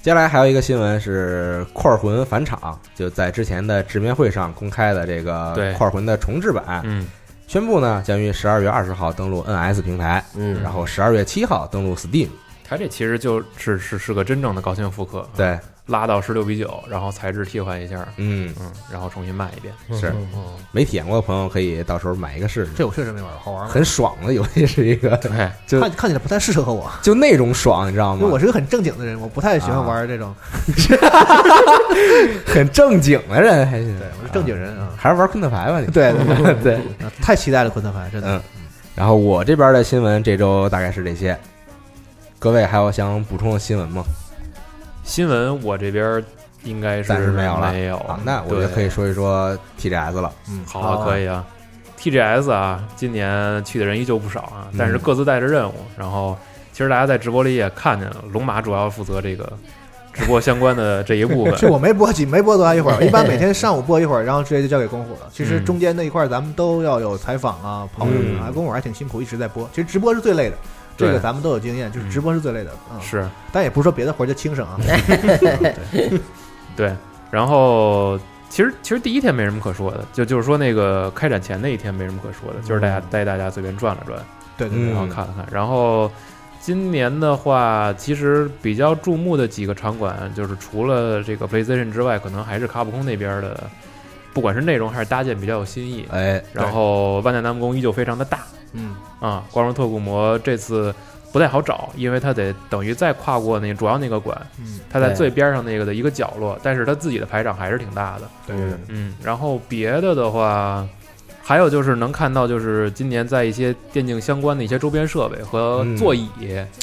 接下来还有一个新闻是《块儿魂》返场，就在之前的直面会上公开的这个
对
《块儿魂》的重置版，
嗯，
宣布呢将于十二月二十号登陆 NS 平台，
嗯
然后十二月七号登陆 Steam。
它这其实就是是是个真正的高清复刻，
对，
拉到十六比九，然后材质替换一下，
嗯，
嗯，然后重新卖一遍。
是
嗯，
没体验过的朋友可以到时候买一个试试，
这我确实没玩过，好玩吗？
很爽的游戏是一个，
对，
就
看看起来不太适合和我，
就那种爽，你知道
因为我
吗？
是个很正经的人，我不太喜欢玩这种。
很正经的人还是
对，我是正经人啊。
还是玩昆特牌吧你。
对对对
对，
啊太期待了昆特牌，真的
嗯。然后我这边的新闻这周大概是这些，各位还有想补充的新闻吗？
新闻我这边应该
暂
是
时没有了
没有
啊，那我就
对
可以说一说 TGS 了。
嗯，
好啊，可以啊。TGS 啊，今年去的人依旧不少啊，但是
嗯
各自带着任务。然后，其实大家在直播里也看见了，龙马主要负责这个直播相关的这一部
这
分。
我没播几，没播多大一会儿，一般每天上午播一会儿，然后直接就交给公虎了。其实中间那一块儿咱们都要有采访啊、跑什么的啊，
嗯
公虎还挺辛苦，一直在播。其实直播是最累的，这个
对
咱们都有经验，就是直播是最累的啊。嗯，
是
但也不是说别的活儿就轻省啊。
对。然后，其实其实第一天没什么可说的，就就是说那个开展前那一天没什么可说的，就是大家带大家随便转了转，
对对
嗯
对
然后看了看。然后今年的话，其实比较注目的几个场馆，就是除了这个 PlayStation 之外，可能还是卡普空那边的，不管是内容还是搭建比较有新意。
哎，
然后万代南梦宫依旧非常的大
嗯，
啊，光荣特库摩这次不太好找，因为它得等于再跨过那主要那个馆，
嗯
它在
对
最边上那个的一个角落，但是它自己的排场还是挺大的。
对
嗯
嗯，然后别的的话，还有就是能看到，就是今年在一些电竞相关的一些周边设备和
嗯
座椅、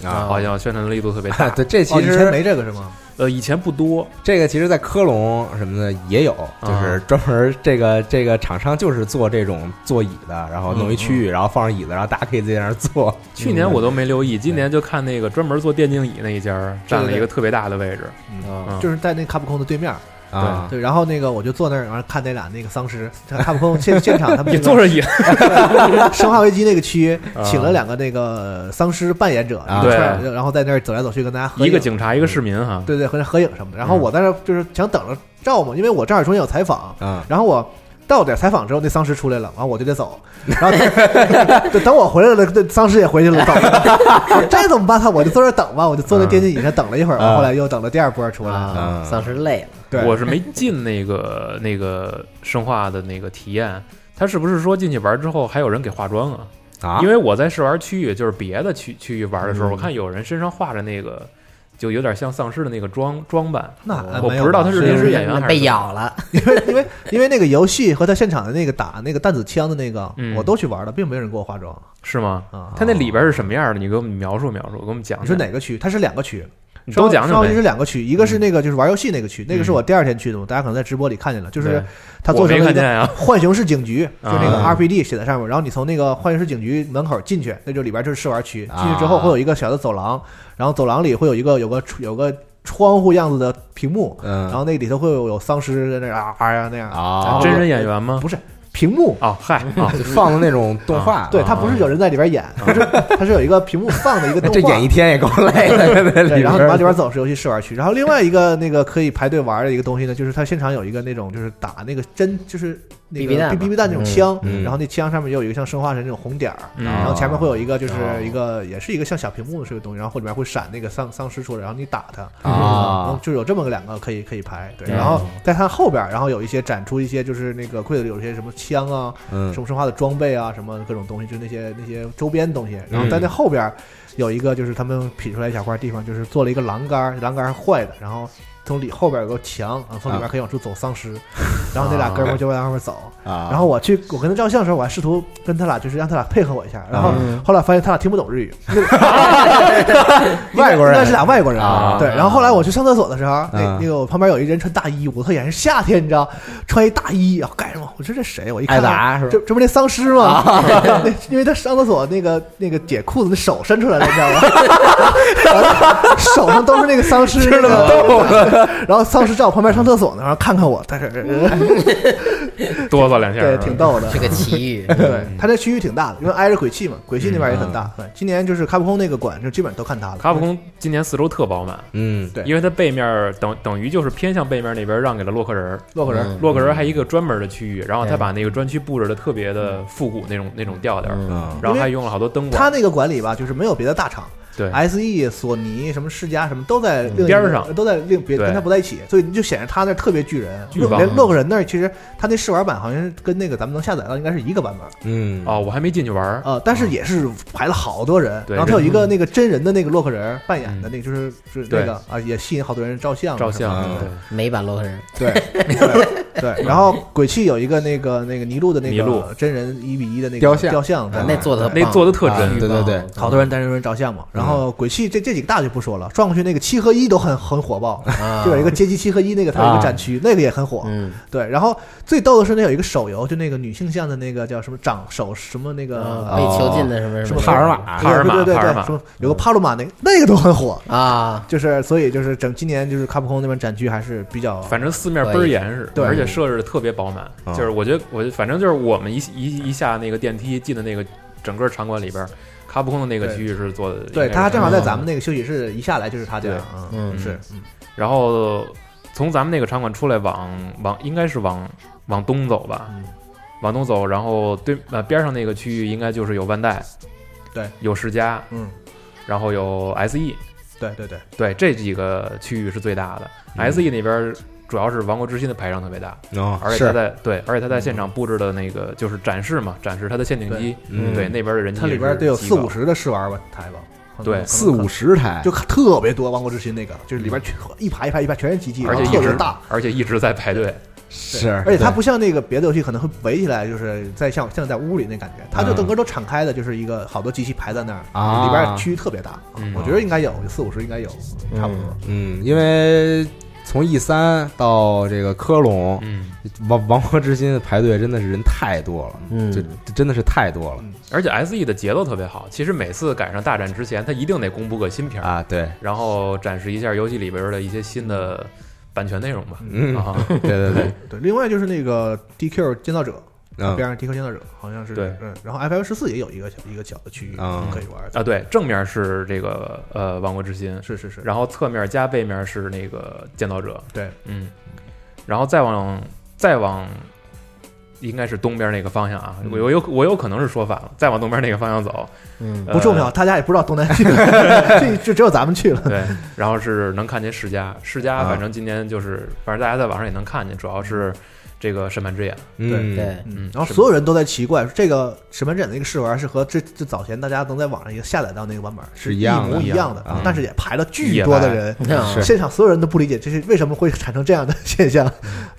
啊
好像宣传的力度特别大。
对，这
哦，
其
以前
实
没这个是吗？
呃，以前不多，
嗯
这个其实，在科隆什么的也有，就是专门这个这个厂商就是做这种座椅的，然后弄一区域，然后放上椅子，然后大家可以在那儿坐。
去年我都没留意，今年就看那个专门做电竞椅那一家儿占了一个特别大的位置。
啊
嗯
就是在那卡普空的对面儿，
啊，
对，然后那个我就坐那儿，完了看那俩那个丧尸，卡普空现现场他们
也
那个
坐着椅，
生化危机那个区
啊
请了两个那个丧尸扮演者，
啊
一块儿然后在那嗯儿走来走去跟大家合影
一个警察，一个市民哈。
对对合合影什么的。然后
嗯
我在那儿就是想等着照嘛，因为我正好中间有采访，
啊，
然后我。到点采访之后，那丧尸出来了，完我就得走。然后就等我回来了，那丧尸也回去了，走了。 我这怎么办？他我就坐这儿等吧，我就坐
嗯
那电竞椅上等了一会儿。
啊
后来又等了第二波出来。
啊
嗯，
丧尸累了，
对，
我是没进那个那个生化的那个体验。他是不是说进去玩之后还有人给化妆啊？
啊，
因
为
为我在试玩区域，就是别的区区域玩的时候，
嗯
我看有人身上画着那个，就有点像丧尸的那个装装扮。
那
我
没有
不知道他是
吧
临
就
时
是
演员还是
嗯被咬了，
因为因为因为那个游戏和他现场的那个打那个弹子枪的那个，
嗯
我都去玩了，并没有人给我化妆
是吗？
哦
啊。
他那里边是什么样的？你给我们描述描述，给我们讲讲。
你说哪个区？它是两个区，
你都讲
嗯稍
讲
微
呗
是。两个区，一个
嗯
是那个就是玩游戏那个区，那个是我第二天去的，大家可能在直播里看见了，就是
对
他做成
我没
了
看
一
见
个
啊
浣熊市警局，就那个
啊
RPD 写在上面，然后你从那个浣熊市警局门口进去，那就里边就是试玩区，进去之后
啊
会有一个小的走廊，然后走廊里会有一个有个有个窗户样子的屏幕，
嗯，
然后那里头会有有丧尸在那儿啊啊呀那样，
啊，
真人演员吗？
不是屏幕。
哦，嗨， 啊，
就放的那种动画，
对，
啊哎
它不是有人在里边演，它是它是有一个屏幕放的一个动
哎这
画
演一，天也够累的，在
对，
里
然后你
边
往里边走是游戏试玩区，然后另外一个那个可以排队玩的一个东西呢，就是它现场有一个那种就是打那个针，就是那个
BB 弹嘛
BB 弹那种枪，
嗯嗯
然后那枪上面又有一个像生化人那种红点儿。
嗯
然后
啊
前面会有一个，就是
哦
一个，也是一个像小屏幕似的东西，然后里面会闪那个丧丧尸出来，然后你打它，然后
啊，
就有这么个两个可以可以排，对。
嗯
然后在它后边，然后有一些展出一些就是那个柜子里有一些什么枪啊，
嗯
什么生化的装备啊，什么各种东西，就是那些那些周边东西。然后
嗯
在那后边儿有一个，就是他们品出来一小块地方，就是做了一个栏杆儿，栏杆儿是坏的，然后从里后边有个墙，啊， 从里边可以往出走丧尸，然后那俩哥们儿就往那边走。
啊，
然后我去，我跟他照相的时候，我还试图跟他俩就是让他俩配合我一下，然后
嗯
后来发现他俩听不 懂日语，
外国人
应该是俩外国人
啊
对，然后后来我去上厕所的时候，那
嗯
那个我旁边有一人穿大衣，我特眼是夏天，你知道，穿一大衣，然后干什么？我说这谁？我一看
艾达是吧
这这不是那丧尸吗？
啊
那因为他上厕所那个那个解裤子的手伸出来了，你知道吗？然后 手上都是那个丧尸那个，然后丧尸在我旁边上厕所呢，然后看看我，但是
嗯
呃
哆嗦两下，
对，挺。逗的。
是个 奇遇。
对，
嗯
他这区域挺大的，因为挨着鬼泣嘛，鬼泣那边也很大。对，今年就是卡普空那个馆，就基本上都看他了。
卡普空今年四周特饱满，
嗯，
对
因为它背面儿等等于就是偏向背面那边让给了洛克人儿，
洛克人，
嗯
洛克人还一个专门的区域，然后他
对
把那个专区布置的特别的复古那种那种调调儿，
嗯
嗯
然后
因为
还用了好多灯
他
光。
那个馆里吧，就是没有别的大厂，
对嗯
SE、索 E 尼、什么世嘉什么都在另一个
边儿上
都在另别
对
跟它不在一起，所以你就显得它那特别巨人。
巨
洛
棒
连洛克人那儿其实它那试玩版好像是跟那个咱们能下载到应该是一个版本，
嗯
哦，我还没进去玩儿，
呃，但是也是排了好多人，
啊对嗯
然后它有一个那个真人的那个洛克人扮演的那个就是就是
对
那个啊，也吸引好多人照相啊
照
什么的
相啊
嗯，
对
美版洛克人，
对 对对，然后鬼泣有一个那个那个尼禄的那
尼禄
个真人一比一的那个
雕像
雕像在
啊
儿，
那做的
嗯那做的特真，
啊对对对
好多人在那边照相
嗯
嘛。然后鬼泣这这几个大就不说了，转过去那个七合一都很很火爆，
啊，
就有一个街机七合一那个它有
啊
一个展区，那个也很火。
嗯，
对，然后最逗的是那有一个手游，就那个女性向的那个叫什么掌手什么
嗯
那
啊
个。
被囚禁的什么什
什
么
么
帕尔玛
哦帕尔玛
对对对
帕尔
对，
玛嗯
什么有个帕鲁玛那个那个都很火，
啊，
就是所以就是整今年就是卡普空那边展区还是比较
反正四面倍儿严实，
对
而且设置的特别饱满。
嗯
就是我觉得，我反正就是我们一一一下那个电梯进的那个整个场馆里边，卡普空的那个
对
区域是做的，
对，他正好
好。
在咱们那个休息室一下来就是他这样，
嗯
是嗯
然后从咱们那个场馆出来往，往应该是往往东走吧，
嗯
往东走，然后对呃边上那个区域应该就是有万代，
对，
有世嘉，
嗯，
然后有 E SE，
对对对，
对，这几个区域是最大的。
嗯
SE 那边主要是《王国之心》的排量特别大，
哦
而且
是
他在对，而且
嗯
他在现场布置的那个就是展示嘛，展示他的限定机，
嗯
对那边的人气
它里边得有
也是
四
极高
五，十的试玩吧台吧，可能
对
可能
四五十台
就特别多，《王国之心》那个就是里边全一排一排一排全是机器，
而且
然后
一
特
直
别大，，
而且一直在排队，
是，
而且它
对
不像那个别的游戏可能会围起来，就是在像像在屋里那感觉，它就整个都敞开的，就是一个好多机器排在那儿，
嗯啊
里边区域特别大
嗯，
我觉得应该有四五十，应该有差不多。
嗯，因为从 E 三到这个科隆，
嗯，
王王国之心排队真的是人太多了，
嗯
这这真的是太多了
而且 SE 的节奏特别好，其实每次赶上大战之前，他一定得公布个新片儿，
啊！对，
然后展示一下游戏里边的一些新的版权内容吧，
嗯，
啊，
对对 对，
对，另外就是那个 DQ 建造者，
嗯
边上 DQ 建造者好像是
对
嗯，然后 FF 十四也有一个小一个小的区域
嗯
可以玩，
啊，对，正面是这个呃《王国之心》，
是是是，
然后侧面加背面是那个建造者，
对，
嗯，然后再往再往，应该是东边那个方向啊，
嗯
我有有我有可能是说反了，再往东边那个方向走，
嗯
呃
不重要，，大家也不知道东南 去哪 儿，这这只有咱们去了。
呃对，然后是能看见世家，世家
啊
反正今年就是，反正大家在网上也能看见，主要是这个审判之眼，
嗯，
对，
嗯
然后
是
所有人都在奇怪，这个审判者那个试玩是和这这早前大家能在网上也下载到那个版本
是一
一
样的
模一样的，
啊
但是也排了巨多的人，嗯
啊
是
现场所有人都不理解这是为什么会产生这样的现象。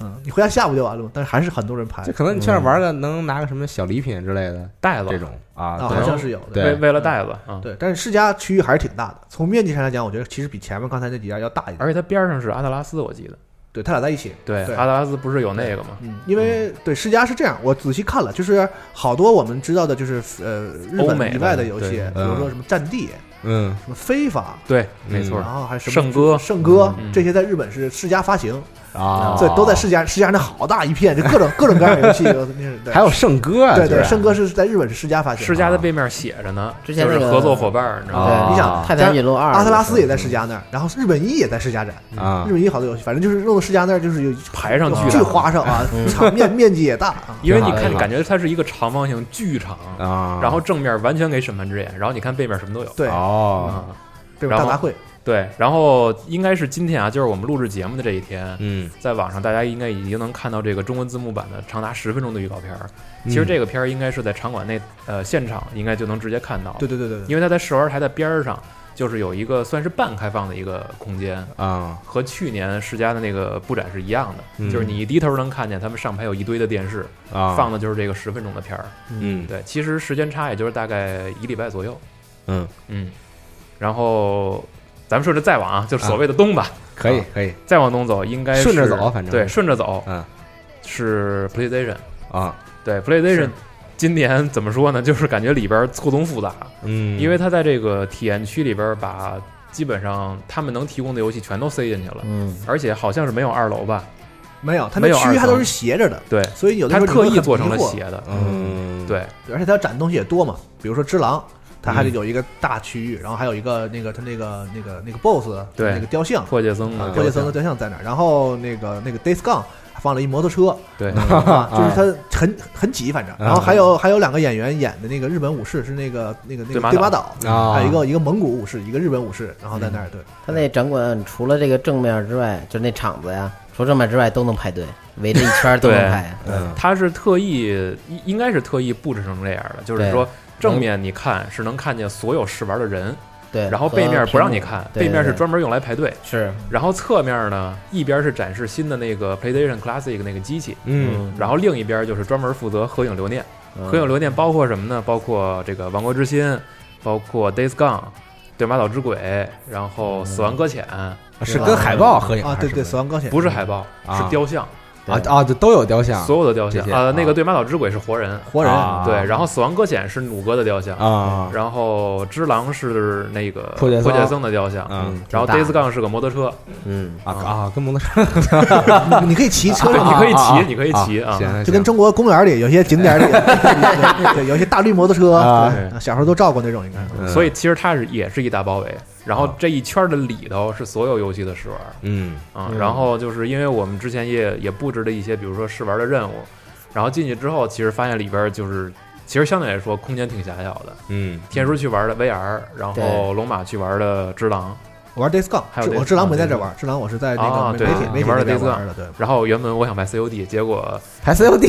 嗯，你回家下不就完了吗？但是还是很多人排
就可能你
嗯
去那儿玩个，能拿个什么小礼品之类的
袋子
这种啊，
啊，
对
好像是有的。
对
为为了袋子啊，
嗯对，但是世家区域还是挺大的，从面积上来讲，我觉得其实比前面刚才那几家要大一点。
而且它边上是阿特拉斯，我记得，
对，他俩在一起。
嗯对，
对
阿特拉斯不是有那个吗？
嗯，因为对世嘉是这样，我仔细看了，就是好多我们知道的，就是呃日
欧美的
本以外的游戏，
对
比如说什么《战地》、
嗯
什么《非法》，
对，没错
然，后还有嗯啊什
啊
么
圣歌
圣歌
嗯
这些在日本是世嘉发行，
啊，
所以都在世嘉，世嘉那好大一片，就各种各种各样的游戏，对
还有圣歌啊，
对
居然
对，圣歌是在日本是世嘉发行的，啊
世家的背面写着呢，
之前那
就
个
是合作伙伴，你知道吗？
啊
对，你想
泰坦陨落二，
阿特拉斯也在世嘉那儿，然后日本一也在世嘉展，
啊
日，本一好多游戏，反正就是弄到世嘉那儿就是有
排上巨
巨
大
花哨 啊
嗯，
场面面积也大啊，
因为你
挺好
看，
的
感觉它是一个长方形剧场，
啊，
然后正面完全给审判之眼，然后你看背面什么都有。
对，
哦，
啊，
这种大杂烩，
对，然后应该是今天啊，就是我们录制节目的这一天，
嗯，
在网上大家应该已经能看到这个中文字幕版的长达十分钟的预告片儿。其实
嗯
这个片儿应该是在场馆内，呃，现场应该就能直接看到，
对对对对对，
因为它在试玩台的边儿上，就是有一个算是半开放的一个空间。
啊，
和去年世嘉的那个布展是一样的，
嗯
就是你一低头能看见他们上排有一堆的电视，
啊
放的就是这个十分钟的片儿。
嗯
对，其实时间差也就是大概一礼拜左右。
嗯，
嗯，然后咱们顺着再往啊，就是所谓的东吧，
可以可以
再往东走应该是
顺着走反正
对，顺着走，
嗯，
是 PlayStation，
啊，
对 PlayStation。今年怎么说呢？ 就是感觉里边错综复杂，
嗯，
因为它在这个体验区里边把基本上他们能提供的游戏全都塞进去了，
嗯，
而且好像是没有二楼吧？
没有，它
没
那
有
区域它
二层
都是斜着的，
对，
所以有的
它
时候
特
你会
意
很
做成了
迷惑
斜的，
嗯，
对，
对而且它展的东西也多嘛，比如说《只狼》，它
嗯
还得有一个大区域，然后还有一个那个它那个那个那个 BOSS
对
那个雕像，
破戒僧
啊
的
霍杰森的雕像在哪儿？然后那个那个 Days Gone，放了一摩托车，
对，
啊，
啊
就是他很很挤，反正。然后还有还有两个演员演的那个日本武士是那个那个那
啊对马
个
岛
对马岛，
啊
还有一个一个蒙古武士，一个日本武士，然后在那
嗯
儿对。
他那展馆除了这个正面之外，就是那场子呀，除了正面之外都能排队，围着一圈儿都能
对
排。
嗯
他是特意应应该是特意布置成这样的，就是
对
说正面你看是能看见所有试玩的人，
对，
然后
和
背面不让你
屏幕
看，
对
背面是
对嗯
专门用来排队。
是
然后侧面呢，一边是展示新的那个 PlayStation Classic 那个机器，
嗯，
然后另一边就是专门负责合影留念。
嗯
合影留念包括什么呢？包括这个《王国之心》，包括《Days Gone》，《对马岛之鬼》，然后《死亡搁浅》，
嗯
是跟海报合影
啊，
还
对
是
对，
什
死
么
亡搁浅
不是海报，
啊
是雕像，
的啊啊，这都有雕像
所有的雕像
这些
啊。那
啊
个《对马岛之鬼》是活人，
活人，
啊
对，然后《死亡搁浅》是弩哥的雕像，
啊
然后《只狼》是那个
破解僧
僧的雕像，
嗯
然后《
挺
Days
大
Gone》是个摩托车，
嗯，
啊啊，跟摩托车
你你可以骑车
对哎
上
你
啊，
可以骑
啊
你可以骑啊
行行
就跟中国公园里有些景 点里，对，有一些大绿摩托车，
啊
对小时候都照过那种，应该。
嗯
所以其实它是也是一大包围。然后
啊
这一圈的里头是所有游戏的试玩
嗯
啊、
嗯
然后就是因为我们之前也也布置了一些，比如说试玩的任务，然后进去之后，其实发现里边就是其实相对来说空间挺狭小的。
嗯
天书去玩的 VR，然后
对
龙马去玩的只狼，
我玩 Days Gone，
还有
是哦
Days
我智狼
Gone，
没在
对
这玩，智狼我是在那
啊
个媒
对
媒体
啊
媒体
你玩的
那边
Days Gone
玩的，对。
然后原本我想卖 COD，结果
还 COD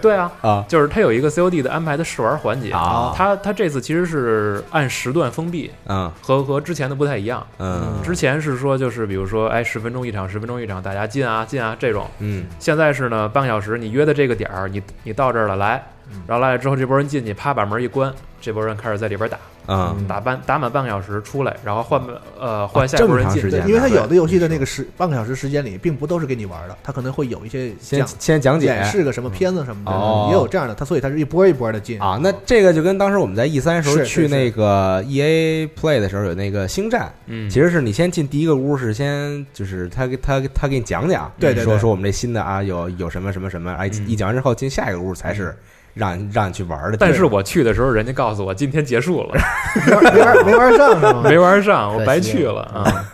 对啊，
啊
就是它有一个 COD 的安排的试玩环节，
啊
它它这次其实是按时段封闭，
嗯
和和之前的不太一样。
嗯
之前是说就是比如说哎十分钟一场，十分钟一场，大家进啊进啊这种。
嗯
现在是呢半个小时，你约的这个点儿，你你到这儿了来，
嗯
然后来了之后这波人进去，啪把门一关，这波人开始在里边打，
嗯
打半打满半个小时出来，然后换呃
啊
换下一波人
这么长时
进
间
去。
对，
的
因为它
对
有的游戏的那个时半个小时时间里，并不都是给你玩的，它可能会有一些
先
讲
先讲解
演示个什
嗯
么片子什么的，
哦
也有这样的。它所以它是一波一波的进
啊，那这个就跟当时我们在 E 三时候
是
去
是
那个 EA Play 的时候有那个星战，
嗯，
其实是你先进第一个屋，是先就是他给他他给你讲讲，
对对对
说说我们这新的啊有有什么什么什么，哎，
嗯
一讲完之后进下一个屋才是让让你去玩的。
但是我去的时候，人家告诉我今天结束了，
没玩没玩没玩上是吗？
没玩上，我
可惜
白去了啊。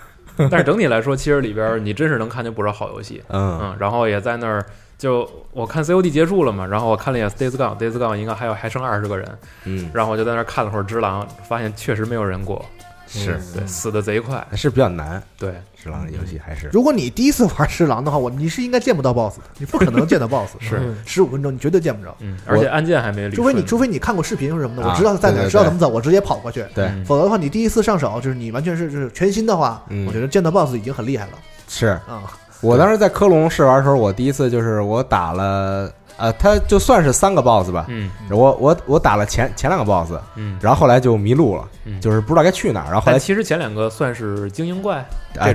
但是整体来说，其实里边你真是能看见不少好游戏，
嗯
嗯，然后也在那儿就我看 COD 结束了嘛，然后我看了一眼 Days Gone，Days Gone 应该还有还剩二十个人，
嗯
然后我就在那儿看了会儿《只狼》，发现确实没有人过，嗯
是
对，死的贼快，
是比较难，
对，
是狼这游戏还是
如果你第一次玩《侍狼》的话，我你是应该见不到 BOSS 的，你不可能见到 BOSS 的。
是
十五分钟，你绝对见不着。
嗯，而且按键还没理
除
顺
非
呢，
你，除非你看过视频或什么的，
啊
我知道在
对对
哪儿，
对
知道怎么走，我直接跑过去。
对
嗯
否则的话，你第一次上手就是你完全是就是全新的话
嗯，
我觉得见到 BOSS 已经很厉害了
是
嗯
啊。
我当时在科隆试玩的时候，我第一次就是我打了呃，他就算是三个 BOSS 吧，
嗯
我我我打了前前两个 BOSS，
嗯，
然后后来就迷路了，
嗯
就是不知道该去哪儿，然后后
但
来
其实前两个算是精英怪
哎，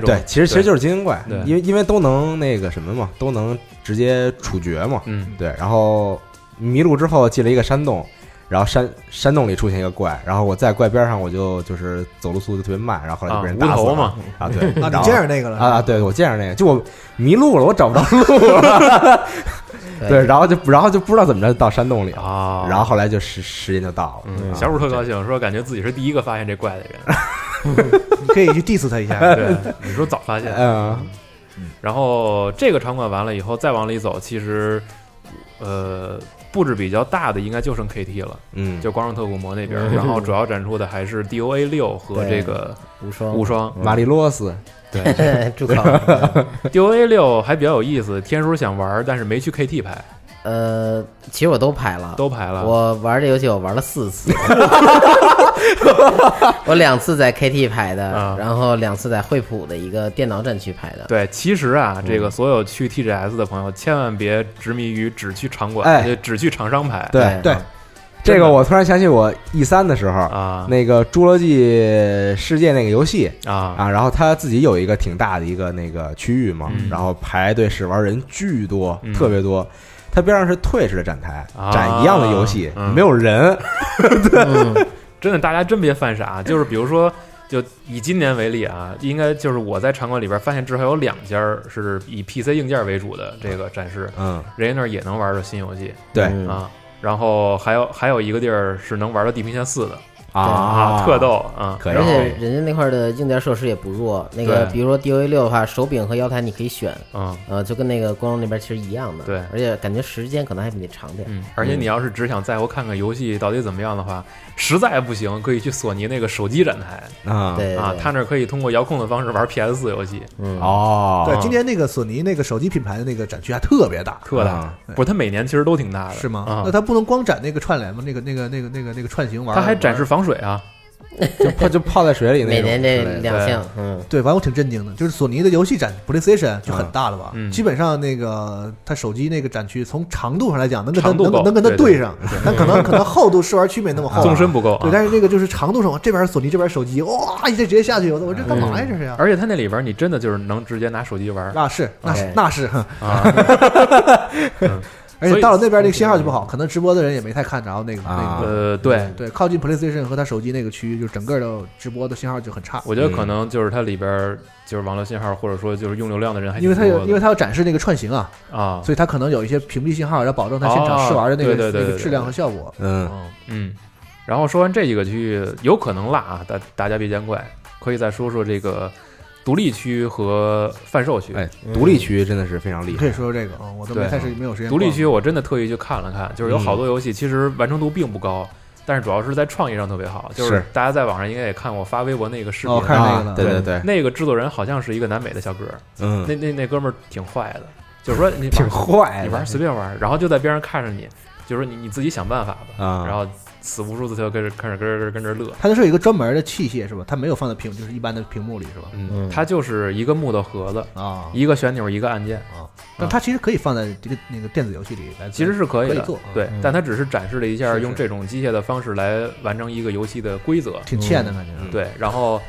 这种
对，其实其实就是精英怪
对，
因为因为都能那个什么嘛，都能直接处决嘛。
嗯
对，然后迷路之后进了一个山洞，然后山山洞里出现一个怪，然后我在怪边上我就就是走路速度特别慢，然后后来就
啊，
被人
无
打死
头
了
嘛，
啊， 对，
啊，
然
你
后
这样那个了
啊，，对我见着那个，就我迷路了，我找不着路 了，
嗯
对，然后就然后就不知道怎么着到山洞里了，
啊，
然后。后来就时时间就到了，
嗯，
啊
小五特高兴，说感觉自己是第一个发现这怪的人。
你可以去 diss 他一 下。
对，你说早发现，
嗯
然后这个场馆完了以后，再往里走，其实呃布置比较大的应该就剩 KT 了，
嗯，
就光荣特库摩那边儿。然后主要展出的还是 DOA 六和这个
无双
无双。
马利洛斯，
住口。
DOA 六还比较有意思，天叔想玩，但是没去 KT 排，
呃，其实我都排了，
都排了。
我玩这游戏我玩了 四次，我两次在 KT 排的，
啊
然后两次在惠普的一个电脑战区排的。
对，其实啊，这个所有去 TGS 的朋友，千万别执迷于只去场馆，
哎
也只去厂商排。
对
哎
对
啊，
这个我突然想起我 E 三的时候，
啊
那个《侏罗纪世界》那个游戏
啊，
啊，然后它自己有一个挺大的一个那个区域嘛，
嗯
然后排队试玩人巨多，
嗯
特别多。它边上是退式的展台，
啊
展一样的游戏，
嗯
没有人。
嗯
真的，大家真别犯傻。啊就是比如说，就以今年为例啊，应该就是我在场馆里边发现至少有两家儿是以 PC 硬件为主的这个展示，
嗯，
人家那儿也能玩到新游戏
对
嗯
啊啊。然后还有还有一个地儿是能玩到《地平线四》的，
啊，
特逗啊！
可以
然
而
后
且人家那块的硬件设施也不弱，那个
对
比如说 DOA 六的话，手柄和摇台你可以选，
嗯，
呃，就跟那个光荣那边其实一样的。
对
而且感觉时间可能还比那长点。
嗯，而且你要是只想再我看看游戏到底怎么样的话，实在不行可以去索尼那个手机展台
啊，
对
啊，他那儿可以通过遥控的方式玩 PS 游戏，
嗯，
哦，
对，今年那个索尼那个手机品牌的那个展区还特别大，
特大
啊。
不是，它每年其实都挺大的，
是吗？
啊
那，它不能光展那个串联吗？那个那个那个那个那个串行玩儿，
它还展示防水啊，
就泡就泡在水里那
每
种
年
之类的。
这两项，嗯，
对，反正我挺震惊的，就是索尼的游戏展 PlayStation 就很大了吧？
嗯
基本上那个它手机那个展区，从长度上来讲，能跟它
长度
能
够
能跟它
对
对
对
上，但可能可能厚度试玩区没那么厚。
纵深不够啊
对，。但是那个就是长度上，我这边是索尼，这边是手机，哇，一下直接下去，我我这干嘛
嗯
呀？这是呀？
而且它那里边你真的就是能直接拿手机玩
那是那是
OK
那是，哼
啊，
而
所
且
以嗯
到了那边那个信号就不好，可能直播的人也没太看着那个那
啊
个。
呃，对，
对，靠近 PlayStation 和它手机那个区域，就整个的直播的信号就很差。
我觉得可能就是它里边就是网络信号或者说就是用流量的人还挺
因为
多
它
的，
有，因为它要展示那个串行啊，
啊，
所以它可能有一些屏蔽信号，要保证它现场试玩的那
哦对
个
对对
那个
对
质量和效果。
嗯，
嗯，然后说完这几个区域，有可能辣啊，大大家别见怪，可以再说说这个独立区和贩售区。
哎，独立区真的是非常厉
你可以
害。
说说这个啊，我都
对哦
没太是没有时间
独
逛。
立区我真的特意去看了看，就是有
嗯
好多游戏其实完成度并不高，但是主要是在创意上特别好。就是
是
大家在网上应该也看我发微博那个视频，
哦看着那个
啊
了
对对对，
那个制作人好像是一个南美的小哥儿，
嗯
那，那那哥们儿挺坏的，就是说你
挺
玩
坏
你
的，
玩随便玩，然后就在边上看着你，就是说你你自己想办法吧，
啊，
然后死无数次就跟着跟着跟着跟着乐。
它那是有一个专门的器械是吧？它没有放在屏，就是一般的屏幕里是吧？
嗯，它就是一个木头盒子，
啊
一个旋钮一个按键，
啊，那它其实可以放在这个那个电子游戏里来做，
其实是可以
可
的
以做啊，
对，但它只是展示了一下
是
用这种机械的方式来完成一个游戏的规则，
挺欠的感觉。
嗯
对，然后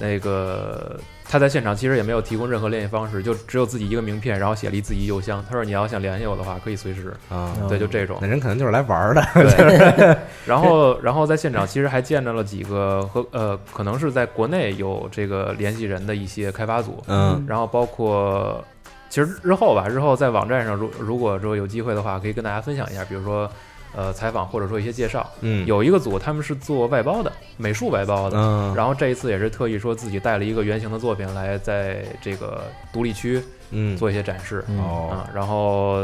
那个。他在现场其实也没有提供任何联系方式，就只有自己一个名片，然后写了一自己邮箱。他说：“你要想联系我的话，可以随时。
啊，”
哦
对，就 这种
那。人可能就是来玩儿的。
对，然后然后在现场其实还见着了几个和呃，可能是在国内有这个联系人的一些开发组，
嗯
然后包括其实日后吧，日后在网站上如如果说有机会的话，可以跟大家分享一下，比如说呃采访或者说一些介绍。
嗯，
有一个组他们是做外包的，美术外包的。
嗯，
然后这一次也是特意说自己带了一个原型的作品来在这个独立区
嗯
做一些展示
嗯
哦
啊、然后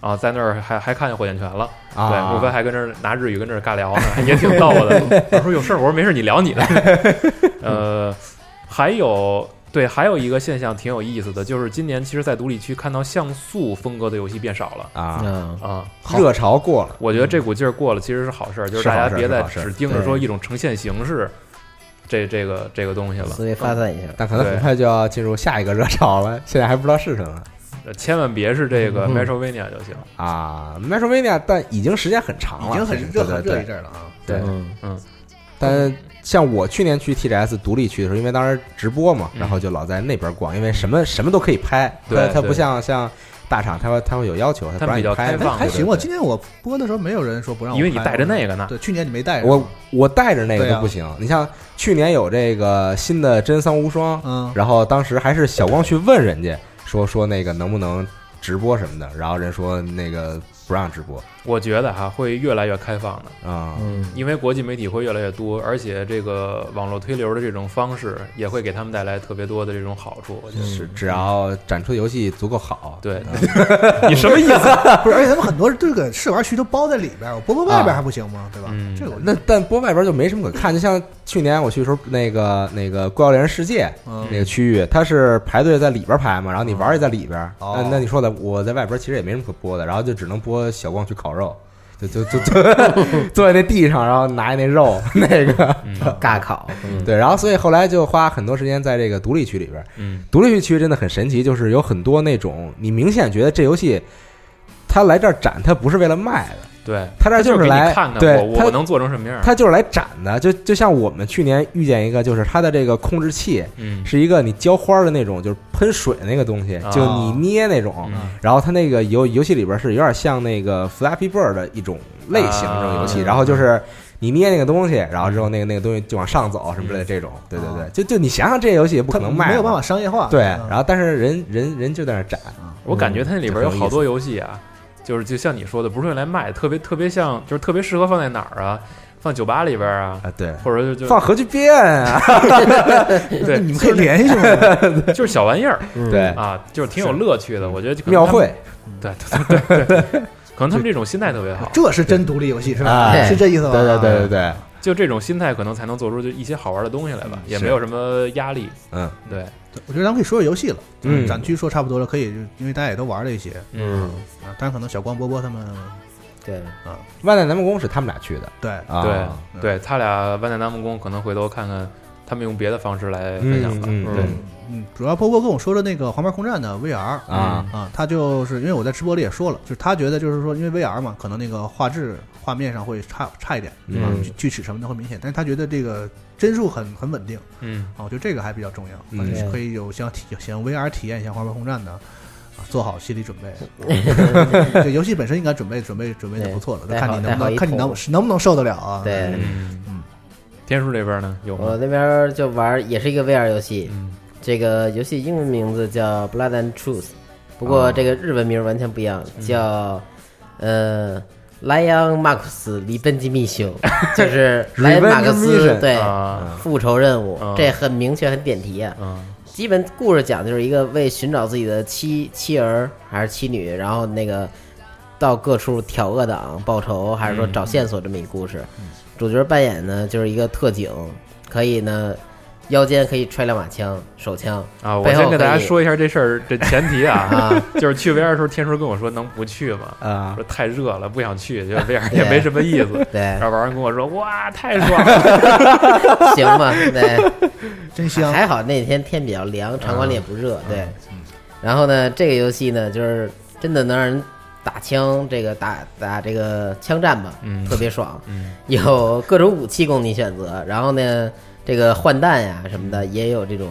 啊在那儿还还看见火箭拳了，
啊，
对，莫非还跟这儿拿日语跟这儿尬聊 呢，也挺逗 的。我说有事儿，我说没事儿，你聊你的。 呃，还有对，还有一个现象挺有意思的，就是今年其实，在独立区看到像素风格的游戏变少了
啊，
啊，
啊。
热潮过了，
我觉得这股劲儿过了，其实是好事儿，就是大
是好
家
事儿
别再
是好事儿
只盯着说一种呈现形式，这这个这个东西
思
了，
维发散一下。
但可能很快就要进入下一个热潮了，现在还不知道是什么
呃千万别是这个
嗯
Metrovania 就行。
啊。Metroidvania，但已经时间很长了，
已经
其
很
实
热
对
很
对
热一
对。
阵儿了啊。
嗯对
嗯
但像我去年去 TGS 独立区的时候，因为当时直播嘛，
嗯
然后就老在那边逛，因为什么什么都可以拍，
对
它它不
对
像像大厂，它会它会有要求，它不
它
让
比
你
较
拍哎
开
嘛，
放
哎还
对
行，
对
我
对
今天我播的时候没有人说不让我
因
拍，
为你带着那个啊呢，
对，去年你没带着
我我带着那个
对
都
啊
不行。你像去年有这个新的《真三国无双》，
嗯，
然后当时还是小光去问人家说说那个能不能直播什么的，然后人说那个不让直播
我觉得哈会越来越开放的。
啊、
嗯
因为国际媒体会越来越多，而且这个网络推流的这种方式也会给他们带来特别多的这种好处。我觉得
是只要展出的游戏足够好，
对， 你什么意思？
不是，而且他们很多这个试玩区都包在里边儿，我播播
啊
外边儿还不行吗？对吧
嗯？
这个我
那但播外边就没什么可看，就像去年我去的时候，那个那个《怪物猎人世界》
嗯
那个区域，它是排队在里边排嘛，然后你玩也在里边。
哦
那那你说的，我在外边其实也没什么可播的，然后就只能播小光去烤肉，就就就就坐在那地上，然后拿那肉那个
尬考，嗯
对，然后所以后来就花很多时间在这个独立区里边。
嗯，
独立区真的很神奇，就是有很多那种你明显觉得这游戏，它来这儿展，它不是为了卖的。
对，
他这儿
就是给你
来，
看看
对
我
他
我能做成什么样。
它就是来展的，就就像我们去年遇见一个，就是它的这个控制器
嗯
是一个你浇花的那种，就是喷水那个东西
啊，
就你捏那种。
嗯
然后它那个游游戏里边是有点像那个 Flappy Bird 的一种类型
啊
这种游戏，然后就是你捏那个东西，然后之后那个那个东西就往上走什么之
嗯
类的这种，对对
啊
对，就就你想想这游戏也不
不
可能卖，
没有办法。商业化。
对，
嗯
然后但是人人人就在那儿展，
我感觉它那里边
嗯
有好多游戏啊，就是就像你说的，不是用来卖，特别特别像，就是特别适合放在哪儿啊？放酒吧里边啊，
啊，对，
或者就
放核聚变啊，
就 对，
你们可以联系吗？
就是小玩意儿
嗯
对，
啊，就是挺有乐趣的。我觉得可能
庙
他们
会，
对对对对对，可能他们这种心态特别好，
这是真独立游戏是吧？啊
哎
是这意
对
思吗？
对对对对，
就这种心态可能才能做出就一些好玩的东西来吧，也
是
没有什么压力。
嗯
对，
我觉得咱们可以说说游戏了，
嗯
展区说差不多了，可以，因为大家也都玩了一些
嗯，
啊，但是可能小光波波他们
对，
啊，
万代南梦宫是他们俩去的
对，
啊，
对对他俩万代南梦宫可能回头看看他们用别的方式来分享吧。
嗯嗯对
嗯，主要波波跟我说的那个《黄牌空战》的 VR，
啊，
啊，他就是因为我在直播里也说了，就是他觉得就是说，因为 VR 嘛，可能那个画质画面上会差差一点，
嗯
啊锯锯齿什么的会明显，但是他觉得这个帧数很很稳定
嗯，
啊，我觉得这个还比较重要，
嗯
反正是可以有像体像 VR 体验一下《黄牌空战》的。啊做好心理准 备，这游戏本身应该准备准备准备的不错了，
对
看你能
带
不
好
能
一
看你能
头
能不能受得了啊？
对
嗯
嗯
天书这边呢有
我
吗？
那边儿就玩儿也是一个 VR 游戏，
嗯
这个游戏英文名字叫《Blood and Truth》，不过这个日文名完全不一样，叫呃莱昂马克思·里本吉密修，就是莱昂马克
Revenge Mission，
思对
啊
复仇任务
啊，
这很明确很点题啊。
嗯
基本故事讲就是一个为寻找自己的妻妻儿还是妻女，然后那个到各处挑恶党报仇，还是
嗯
说找线索这么一故事。主角扮演呢就是一个特警，可以呢腰间可以揣两把枪、手枪
啊，我
背后
先给大家
可以
说一下这事儿的前提啊，
啊，
就是去 VR 的时候，天书跟我说能不去吗？
啊
说太热了，不想去，就 VR 也没什么意思。
对
然，后玩儿跟我说：“哇，太爽了
行吧， 对，
真香！嗯
还好那天天比较凉，场馆里也不热，
啊
对。然后呢，这个游戏呢，就是真的能让人打枪，这个打打这个枪战吧，
嗯
特别爽，
嗯
有各种武器供你选择。然后呢，这个换弹呀什么的
嗯
也有这种。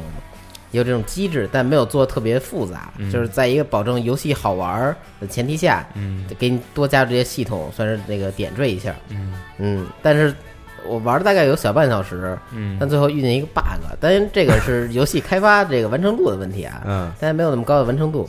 有这种机制，但没有做特别复杂，
嗯
就是在一个保证游戏好玩儿的前提下，！”
嗯
给你多加这些系统，算是那个点缀一下。
嗯
嗯，但是我玩了大概有小半小时，但
嗯
最后遇见一个 bug，当然这个是游戏开发这个完成度的问题啊，
嗯
但是没有那么高的完成度。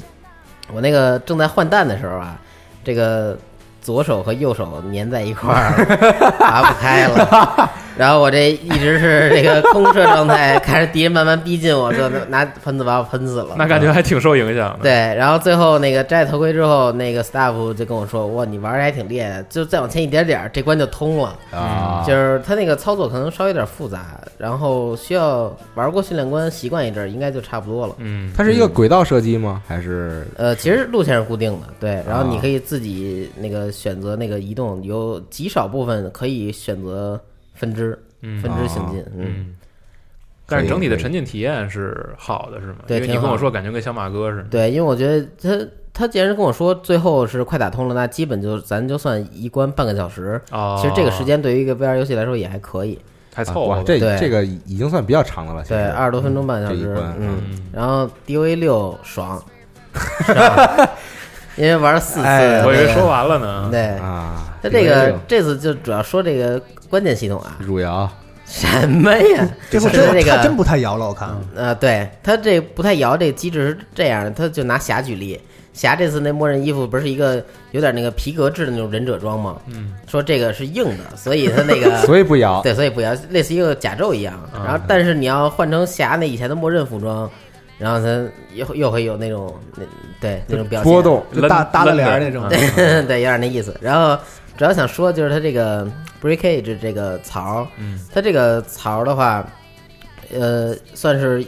我那个正在换弹的时候啊，这个左手和右手粘在一块儿了，拔不开了。然后我这一直是这个空射状态，看着敌人慢慢逼近我，就拿喷子把我喷死了。
那感觉还挺受影响的。
对，然后最后那个摘头盔之后，那个 staff 就跟我说：“哇，你玩的还挺厉害的，就再往前一点点儿，这关就通了。”
啊，
就是它那个操作可能稍微有点复杂，然后需要玩过训练关习惯一阵儿，应该就差不多了。
嗯，
它是一个轨道射击吗？还是
呃，其实路线是固定的，对，然后
啊
你可以自己那个选择那个移动，有极少部分可以选择分支，
嗯
分支行进，嗯，
嗯。但是整体的
可以可以
沉浸体验是好的，是吗？
对
因为你
挺
跟我
好
说感觉跟小马哥似的。
对，因为我觉得他他既然跟我说最后是快打通了，那基本就咱就算一关半个小时，
哦，
其实这个时间对于一个 VR 游戏来说也还可以，
还
啊
凑合
哇
吧。
这
对
这个已经算比较长的了，其实
对，二十多分钟半个小
这一
时
关，
嗯。
嗯，
然后 DOA 六 爽，爽因为玩了四次，
哎
我以为
对
说完了呢。
对。
啊，
他这个这次就主要说这个关键系统啊，
汝窑
什么呀？
这
是
回真
这
他真
个
不太摇了，我看
呃，对他这不太摇这个机制是这样的，他就拿侠举例，侠这次那默认衣服不是一个有点那个皮革制的那种忍者装吗？
嗯，
说这个是硬的，所以他那 个
所以不摇，
对，所以不要类似于一个甲胄一样，然后但是你要换成侠那以前的默认服装，然后它又又会有那种那对那种表现
波，动，
就大搭了帘儿 那种
嗯
对，有点那意思。然后主要想说就是它这个 breakage 这个槽，
嗯
它这个槽的话，呃，算是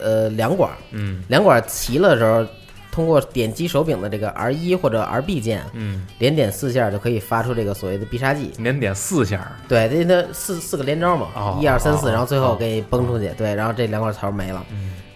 呃两管儿，
嗯
两管儿齐了的时候，通过点击手柄的这个 R 一或者 R B 键
嗯，
连点四下就可以发出这个所谓的必杀技。
连点四下儿。
对，这那四四个连招嘛
哦，
一二三四，
哦嗯
然后最后给崩出去，对，然后这两块槽没了。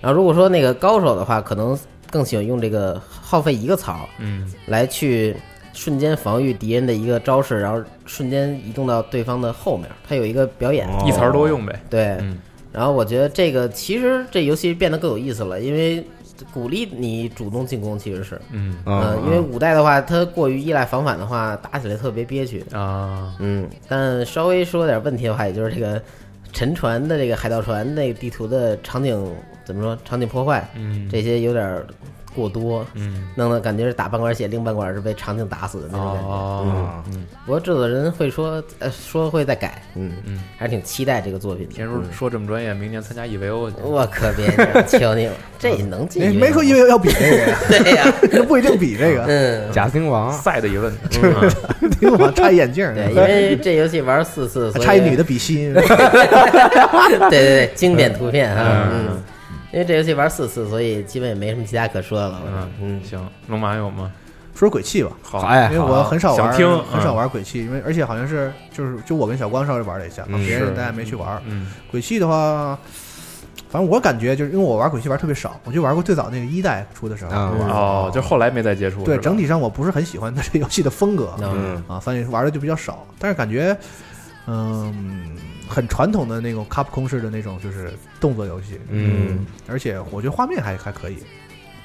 然后如果说那个高手的话，可能更喜欢用这个耗费一个槽
嗯
来去瞬间防御敌人的一个招式，然后瞬间移动到对方的后面，他有一个表演，
一词儿多用呗。
对。
哦嗯
然后我觉得这个其实这游戏变得更有意思了，因为鼓励你主动进攻，其实是，
嗯
啊
呃，因为五代的话，它过于依赖防反的话，打起来特别憋屈。
啊，
嗯，但稍微说点问题的话，也就是这个沉船的这个海盗船那个地图的场景怎么说？场景破坏，
嗯
这些有点过多，
嗯，
弄得感觉是打半管血，另半管是被场景打死的那种感觉。
哦，嗯，
不过制作人会说，呃，说会再改，嗯
嗯，
还是挺期待这个作品的。
天叔说这么专业，明年参加 EVO 去。
我可别这样，求你了，这能进
没
一位
哎没说因为要比这个 呀，
对呀、
这不一定比 这个，
嗯，
贾斯汀王，
赛的疑问，
听我插一眼镜儿，啊
对，因为这游戏玩四 次，所以
插一女的比 心，
对对对，经典图片啊，
嗯
嗯，因为这游戏玩四次，所以基本也没什么其他可说的了。我觉得
嗯，行，龙马有吗？
说鬼泣吧。
好，
哎，
因为
好嗯
我很少玩，
想听
很少玩鬼泣，因为而且好像是就是就我跟小光稍微玩了一下，啊
嗯
别人
是
大家没去玩。
嗯，
鬼泣的话，反正我感觉就是因为我玩鬼泣玩特别少，我就玩过最早那个一代出的时候。
啊
我玩
哦，就后来没再接触，
对，
是吧
整体上我不是很喜欢它这游戏的风格
那
嗯
啊，反正玩的就比较少，但是感觉嗯很传统的那种卡普空式的那种就是动作游戏，
嗯，
而且我觉得画面还还可以，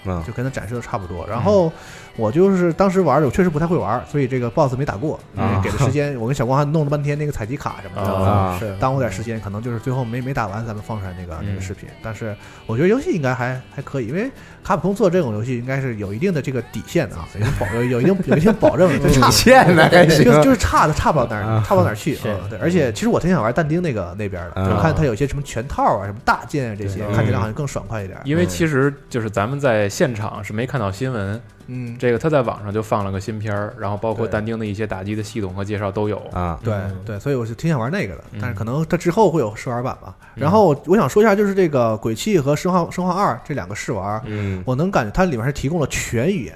嗯
就跟它展示的差不多。然后我就是当时玩的，我确实不太会玩，所以这个 BOSS 没打过，因
啊
为给的时间，我跟小光还弄了半天那个采集卡什么的。
啊
啊，
是
耽误点时间，可能就是最后没没打完，咱们放出来那个那
嗯
个视频。但是我觉得游戏应该还还可以，因为卡普空做这种游戏应该是有一定的这个底线的啊，有一定保有有一定有一定保证的，就差
底线呢嗯还
就
行，
就是差的差不到哪儿，
啊
差不到哪儿去。
是
啊对，而且其实我挺想玩但丁那个那边的，
啊
我看它有些什么拳套啊、什么大剑啊这些
对，
看起来好像更爽快一点。
因为其实就是咱们在现场是没看到新闻，
嗯，
这个他在网上就放了个新片儿，然后包括
对
但丁的一些打击的系统和介绍都有。
啊，
对
嗯
对，所以我是挺想玩那个的，但是
嗯
可能它之后会有试玩版吧。
嗯
然后我我想说一下，就是这个《鬼泣》和《生化生化二》这两个试玩，
嗯
我能感觉它里面是提供了全语言，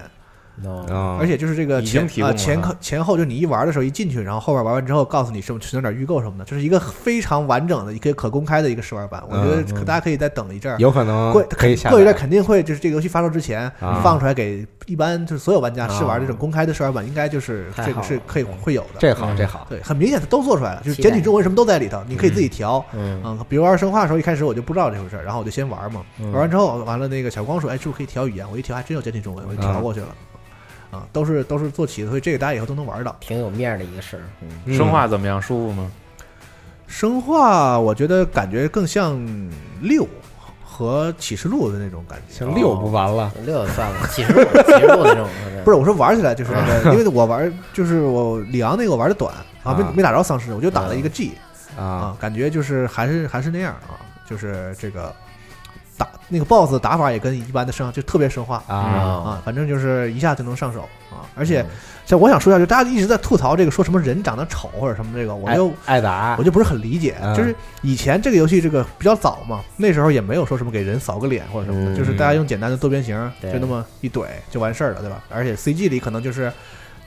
嗯
哦
no，
啊，
而且就是这个
已经
前
提供
啊
了
前
啊
后前后，就你一玩的时候一进去，然后后边玩完之后告诉你什么存在点预购什么的，就是一个非常完整的、一个可公开的一个试玩版。我觉得可大家可以再等一阵儿，
有可能
过
可以下
过一段
载，
肯定会就是这个游戏发售之前
啊
放出来给一般就是所有玩家试
啊
玩这种公开的试玩版，应该就是
太
这
好
个是
了
可以
对
会有的。
这好
嗯
这好，
对，很明显它都做出来了，就是
期待
简体中文什么都在里头，你可以自己调。
嗯
嗯，比如玩生化的时候，一开始我就不知道这回事儿，然后我就先玩嘛，
嗯
玩完之后，完了那个小光说，哎，是不是可以调语言？我一调还真有简体中文，我就嗯调过去了。啊，都是都是做起的，所以这个大家以后都能玩到。
挺有面儿的一个事儿。嗯
嗯
生化怎么样？舒服吗？
生化我觉得感觉更像六和启示录的那种感觉，
像六不完了，
六算了，七十五，七十五那种，
不是，我说玩起来就是那个，因为我玩就是我里昂那个我玩的短啊，没
啊
没打着丧尸，我就打了一个 G
啊
啊，感觉就是还是还是那样啊，就是这个打那个 BOSS 打法也跟一般的生就特别生化
嗯哦
啊，嗯
啊，反正就是一下就能上手啊，而且像我想说一下，就大家一直在吐槽这个说什么人长得丑或者什么这个，我就
艾艾达
我就不是很理解
哎嗯，
就是以前这个游戏这个比较早嘛，那时候也没有说什么给人扫个脸或者什么
嗯
的，就是大家用简单的多边形
对
就那么一怼就完事儿了，对吧？而且 CG 里可能就是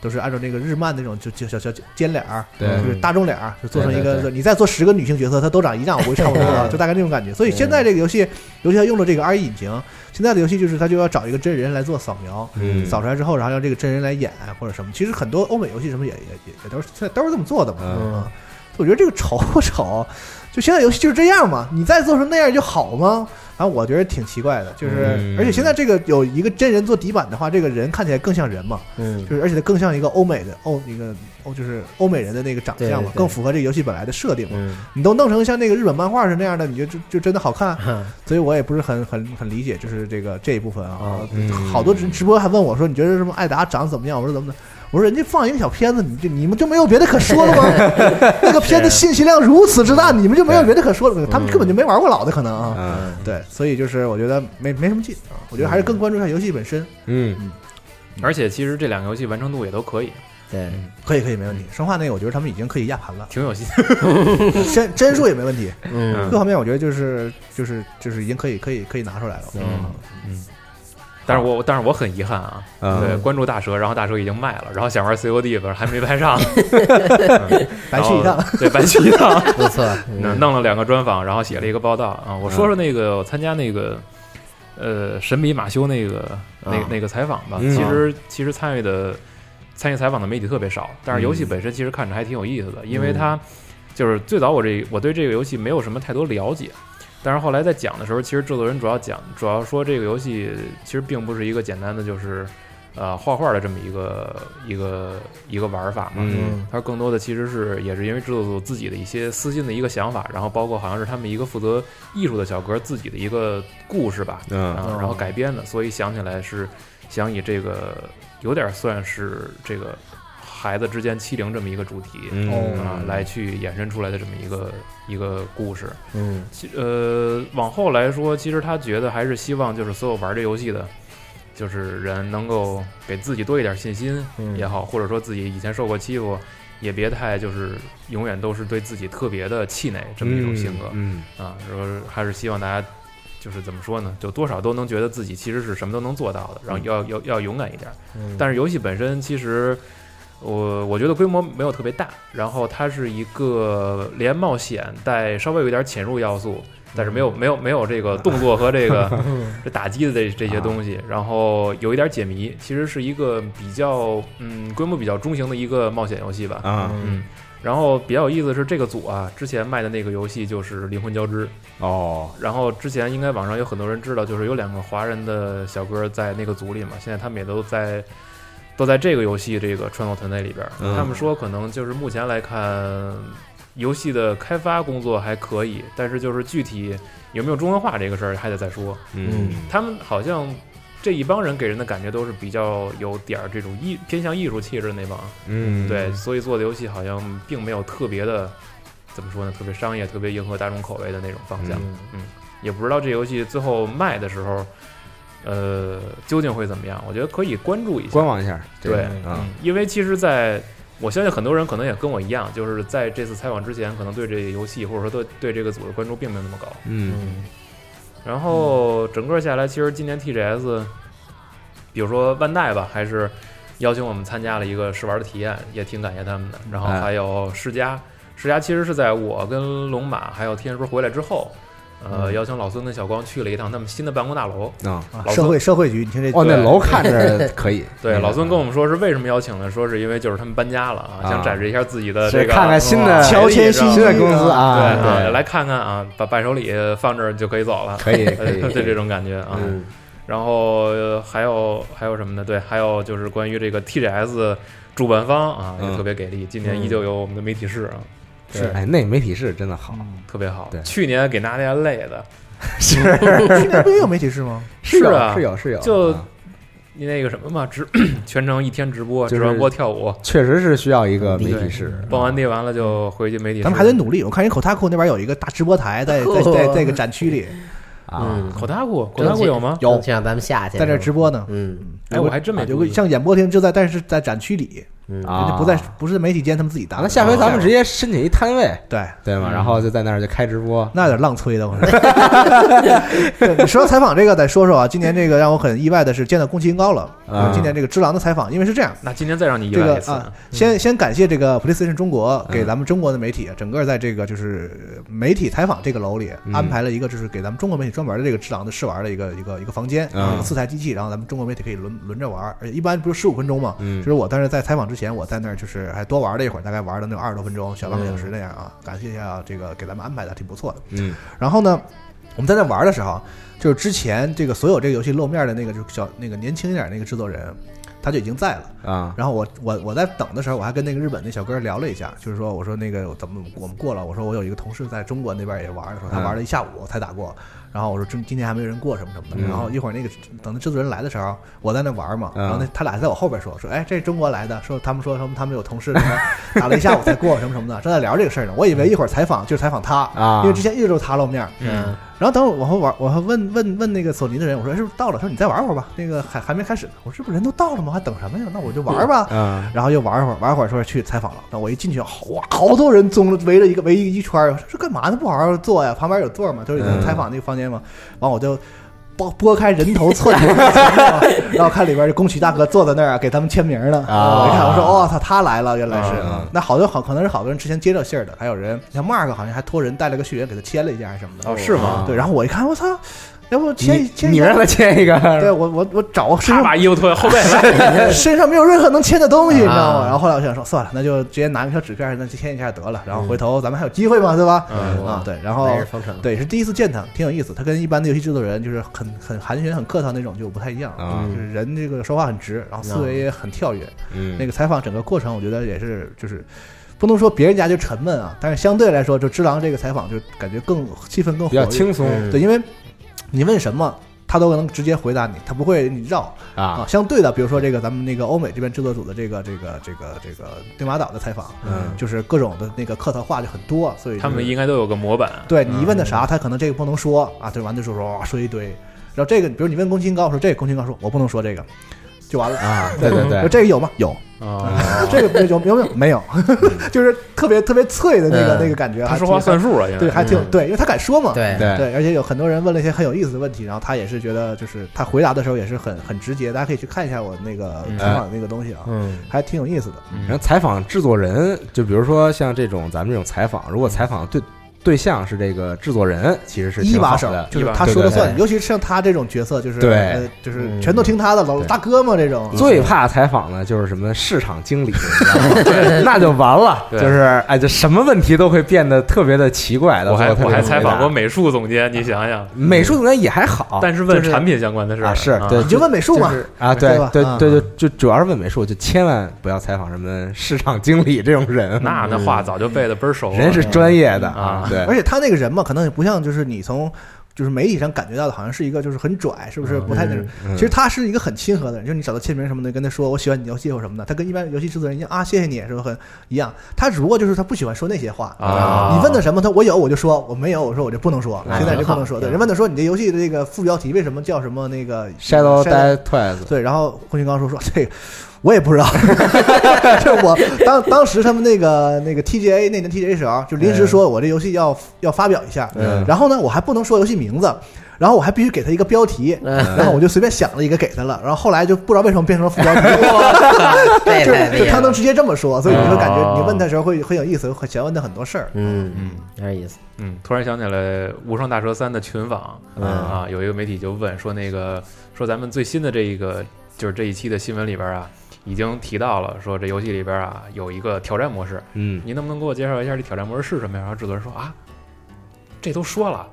都是按照那个日漫那种就就小小尖脸儿，
对
就是大众脸儿，就做成一
对对
个你再做十个女性角色，它都长一样，我估计差不多 了，就大概那种感觉。所以现在这个游戏，尤其它用了这个 RE 引擎，现在的游戏就是它就要找一个真人来做扫描。
嗯
扫出来之后，然后让这个真人来演或者什么，其实很多欧美游戏什么也也也也都是现在都是这么做的嘛。
嗯
啊我觉得这个丑不丑，就现在游戏就是这样嘛，你再做成那样就好吗？反正我觉得挺奇怪的，就是、
嗯
而且现在这个有一个真人做底板的话，这个人看起来更像人嘛，
嗯，
就是而且它更像一个欧美的欧一个欧就是欧美人的那个长相嘛
对，对
更符合这个游戏本来的设定嘛。
嗯，
你都弄成像那个日本漫画是那样的，你就就就真的好看，
哈
所以我也不是很很很理解，就是这个这一部分啊
啊，
嗯
好多直直播还问我说你觉得什么艾达长得怎么样？我说怎么的？我说人家放一个小片子，你就你们就没有别的可说了 吗？那个片子信息量如此之大，你们就没有别的可说了吗？他们根本就没玩过老的，可能啊。
嗯
对，所以就是我觉得没没什么劲啊，我觉得还是更关注一下游戏本身。
嗯
而且其实这两个游戏完成度也都可以，
对，
可以可以，没问题。生化那个我觉得他们已经可以压盘 了，
挺有戏。
帧帧数也没问题，
嗯
嗯
各方面我觉得就是就是就是已经可以可以可以拿出来了。
嗯
但是我但是我很遗憾啊，
嗯
对，关注大蛇，然后大蛇已经卖了，然后想玩 COD，反正还没拍上，
白去一
然。
趟
后， 对，白去一趟。
不错，
弄
嗯
弄了两个专访，然后写了一个报道啊。我说说那个我参加那个呃神笔马修那个那
啊
那个采访吧。
嗯
其实其实参与的参与采访的媒体特别少，但是游戏
嗯
本身其实看着还挺有意思的，因为它就是最早我这我对这个游戏没有什么太多了解。但是后来在讲的时候，其实制作人主要讲，主要说这个游戏其实并不是一个简单的，就是呃画画的这么一个一个一个玩法嘛。
嗯
它更多的其实是也是因为制作组自己的一些私心的一个想法，然后包括好像是他们一个负责艺术的小哥自己的一个故事吧，
嗯
啊，然后改编的，所以想起来是想以这个有点算是这个孩子之间欺凌这么一个主题。
嗯
哦
啊，来去衍生出来的这么一个一个故事，
嗯
其呃，往后来说，其实他觉得还是希望就是所有玩这游戏的，就是人能够给自己多一点信心
嗯
也好，或者说自己以前受过欺负，也别太就是永远都是对自己特别的气馁这么一种性格、
嗯
啊。说还是希望大家就是怎么说呢，就多少都能觉得自己其实是什么都能做到的，然后要要要勇敢一点。
嗯，
但是游戏本身其实，我我觉得规模没有特别大，然后它是一个连冒险带稍微有一点潜入要素，但是没有没有没有这个动作和这个这打击的这这些东西，然后有一点解谜，其实是一个比较嗯规模比较中型的一个冒险游戏吧。
啊
嗯，然后比较有意思的是这个组啊，之前卖的那个游戏就是《灵魂交织》，
哦
然后之前应该网上有很多人知道，就是有两个华人的小哥在那个组里嘛，现在他们也都在都在这个游戏这个创作团队里边儿。
嗯
他们说可能就是目前来看，游戏的开发工作还可以，但是就是具体有没有中文化这个事儿还得再说。
嗯
他们好像这一帮人给人的感觉都是比较有点儿这种艺偏向艺术气质的那帮，
嗯
对，所以做的游戏好像并没有特别的怎么说呢，特别商业、特别迎合大众口味的那种方向。
嗯
也不知道这游戏最后卖的时候，呃，究竟会怎么样？我觉得可以关注一下
观。望一下这个
对，
啊
嗯，因为其实在，我相信很多人可能也跟我一样，就是在这次采访之前，可能对这个游戏或者说对对这个组的关注并没有那么高。
嗯
嗯
然后整个下来，其实今年 TGS，比如说万代吧，还是邀请我们参加了一个试玩的体验，也挺感谢他们的。然后还有世嘉，世嘉其实是在我跟龙马还有天叔回来之后，呃，
嗯
邀请老孙跟小光去了一趟他们新的办公大楼。
啊
啊
老
社
孙
会社会局，你听这
哦，那
对。
楼看着可以
对，
嗯
老孙跟我们说是为什么邀请呢？说是因为就是他们搬家了啊，
啊
想展示一下自己的
是
这个
看看新的
啊
乔迁
对
新
新的公司
对
啊，
啊，来看看啊，把伴手礼放这儿就可以走 了，
可以可以
对这种感觉啊。
嗯
然后、呃还有还有什么呢？对，还有就是关于这个 TGS 主办方啊，
嗯
也特别给力，今年
嗯
依旧有我们的媒体室啊，
是哎，那媒体室真的 好，
嗯
特别好
对。
去年给大家累的，
是
去年不也有媒体室吗？
是
有
啊
是有是有，
就
啊
那个什么嘛，直 全程一天直播，
就是嗯
直完播跳舞，
确实是需要一个媒体室。
蹦完迪完了就回去媒体室。
咱们还得努力。我看人口 t a k 那边有一个大直播台，在
哦
在在在一个展区里，
啊，
嗯
口袋裤，口袋裤有吗？
争取让咱们下去，
在这儿直播呢。
嗯
哎，我还真没
有个
注意
像演播厅，就在但是在展区里，
嗯
啊
人家不在嗯不是在媒体间，他们自己搭
啊
的。
那下回咱们直接申请一摊位，
对，
对吗？
嗯
然后就在那儿就开直播。
那有点浪催的。我说对你说 到采访这个，再说说啊，今年这个让我很意外的是见到宫崎英高了。
啊
今年这个《只狼》的采访，因为是这样，
那今天再让你意
这
外
个
一次嗯
啊，先先感谢这个 PlayStation 中国
嗯
给咱们中国的媒体，整个在这个就是呃媒体采访这个楼里
嗯
安排了一个，就是给咱们中国媒体专门的这个智囊的试玩的一个一个一个房间，
嗯
有四台机器，然后咱们中国媒体可以轮轮着玩，而且一般不是十五分钟嘛。
嗯
就是我当时在采访之前，我在那儿就是还多玩了一会儿，大概玩了那有二十多分钟，小半个小时那样啊。感谢一下这个给咱们安排的，挺不错的。
嗯
然后呢，我们在那玩的时候，就是之前这个所有这个游戏露面的那个就是小那个年轻一点那个制作人，他就已经在了。
啊，
然后我我我在等的时候，我还跟那个日本那小哥聊了一下，就是说我说那个怎么我们过了，我说我有一个同事在中国那边也玩的时候，他
嗯
玩了一下午才打过，然后我说今今天还没有人过什么什么的，
嗯
然后一会儿那个等那制作人来的时候，我在那玩嘛，
嗯
然后那他俩还在我后边说说哎这中国来的，说他们说什么他们有同事什么打了一下午才过什么什么的，正在聊这个事儿呢，我以为一会儿采访就是采访他
啊
因为之前一直都是他露面儿，
嗯，
然后等我往后玩，我还问问问那个索尼的人，我说哎是不是到了？说你再玩会儿吧，那个还还没开始呢。我说这不是人都到了吗？还等什么呀？那我就玩吧。
嗯
然后又玩会儿，玩会儿说去采访了。那我一进去，哇，好多人中了围着一个围一一圈儿，我说这干嘛呢？不好好坐呀？旁边有座嘛，就是已经采访那个房间嘛。完我就拨拨开人头窜进去，然后看里边这宫崎大哥坐在那儿啊给他们签名呢。
啊
我一看我说哦操，他来了，原来是。
嗯
那好多好可能是好多人之前接到信儿的，啊还有人像 Mark 好像还托人带了个序员给他签了一下还是什么的。
哦是吗？
啊
对，然后我一看，我操，要不
你
牵一牵一
你
下
让他签一
对
个，
我我我找 我身
啪
上
把衣服脱下后背来，
哎 身上没有任何能签的东西，你知道吗？
啊
然后后来我想说，算了，那就直接拿个小纸片儿，那就签一下得了。然后
嗯
回头咱们还有机会嘛，对吧？
嗯
啊，对，然后
白日方程，
对是第一次见他，挺有意思。他跟一般的游戏制作人就是很很寒暄、很客套那种就不太一样，
啊
就是人这个说话很直，然后思维也很跳跃。
嗯，
那个采访整个过程，我觉得也是就是。不能说别人家就沉闷啊，但是相对来说，就只狼这个采访就感觉更气氛更活
比较
跃，
轻松
嗯
对，因为你问什么，他都能直接回答你，他不会你绕，啊，
啊，
相对的，比如说这个咱们那个欧美这边制作组的这个这个这个这个对马岛的采访，
嗯
就是各种的那个客套话就很多，所以就是
他们应该都嗯有个模板。
对你一问他啥，他可能这个不能说啊，对，完了就说哇说一堆，然后这个比如你问宫崎英高说这个，宫崎英高说我不能说这个，就完了
啊，对对
嗯
说
对，
嗯这个有吗？有，
啊，
这个有有没有？没有， 就是特别特别脆的那个
嗯
那个感觉，
嗯他
还
说话
挺
算数啊，应该
对，还挺
嗯
对，因为他敢说嘛，
对
对
对，而且有很多人问了一些很有意思的问题，然后他也是觉得，就是他回答的时候也是很很直接，大家可以去看一下我那个
嗯
采访的那个东西啊，
嗯
还挺有意思的。
然后采访制作人，就比如说像这种咱们这种采访，如果采访对对象是这个制作人，其实是
一
挺好
把手
的，
就
一
是
把
他
手
说了
对对
算，
对
尤其是像他这种角色，就是
对
呃就是
嗯
全都听他的，老
对
大哥嘛这种。
最怕采访的就是什么市场经 理，你知道吗 就是那就完了，
对
就是哎，就什么问题都会变得特别的奇怪的。
我还
到最后
我还
特别
采访过
难
美术总监，你想想，
美术总监也还好，
但是问产品相关的事儿
哦啊是
啊
对
你就问美术嘛，
啊，
对
对
吧
对
嗯
对，就就主要是问美术，就千万不要采访什么市场经理这种 人，嗯
那那话早就背的倍儿熟了。
人是专业的
啊
对
而，且他那个人嘛，可能也不像就是你从就是媒体上感觉到的，好像是一个就是很拽，是不是
嗯
不太那种？
嗯
其实他是一个很亲和的人，就是你找他签名什么的，跟他说我喜欢你的游戏或什么的，他跟一般游戏制作人一样啊，谢谢你，是不是很一样？他只不过就是他不喜欢说那些话
啊
你问他什么，他我有我就说，我没有我说我就不能说，
啊
现在就不能说。
挺好
对，人问他说你这游戏的这个副标题为什么叫什么那个
Shadow
Shadow-
Die Twice，
对，然后霍金刚说说这个我也不知道， 这我当当时他们那个那个 TGA 那年 TGA 时候啊就临时说我这游戏要要发表一下，
嗯
然后呢我还不能说游戏名字。然后我还必须给他一个标题，
嗯
然后我就随便想了一个给他了，然后后来就不知道为什么变成了副 标题，
太
就
厉害
就他能
了，
直接这么说，所以你就感觉
哦
你问他的时候会很有意思，会想问他很多事儿。
嗯嗯，
嗯
有点意思，
嗯，突然想起来《无双大蛇三》的群访啊，有一个媒体就问说，那个说咱们最新的这一个就是这一期的新闻里边啊，已经提到了说这游戏里边啊有一个挑战模式，
嗯，
您能不能给我介绍一下这挑战模式是什么呀？然后制作人说啊。这都说了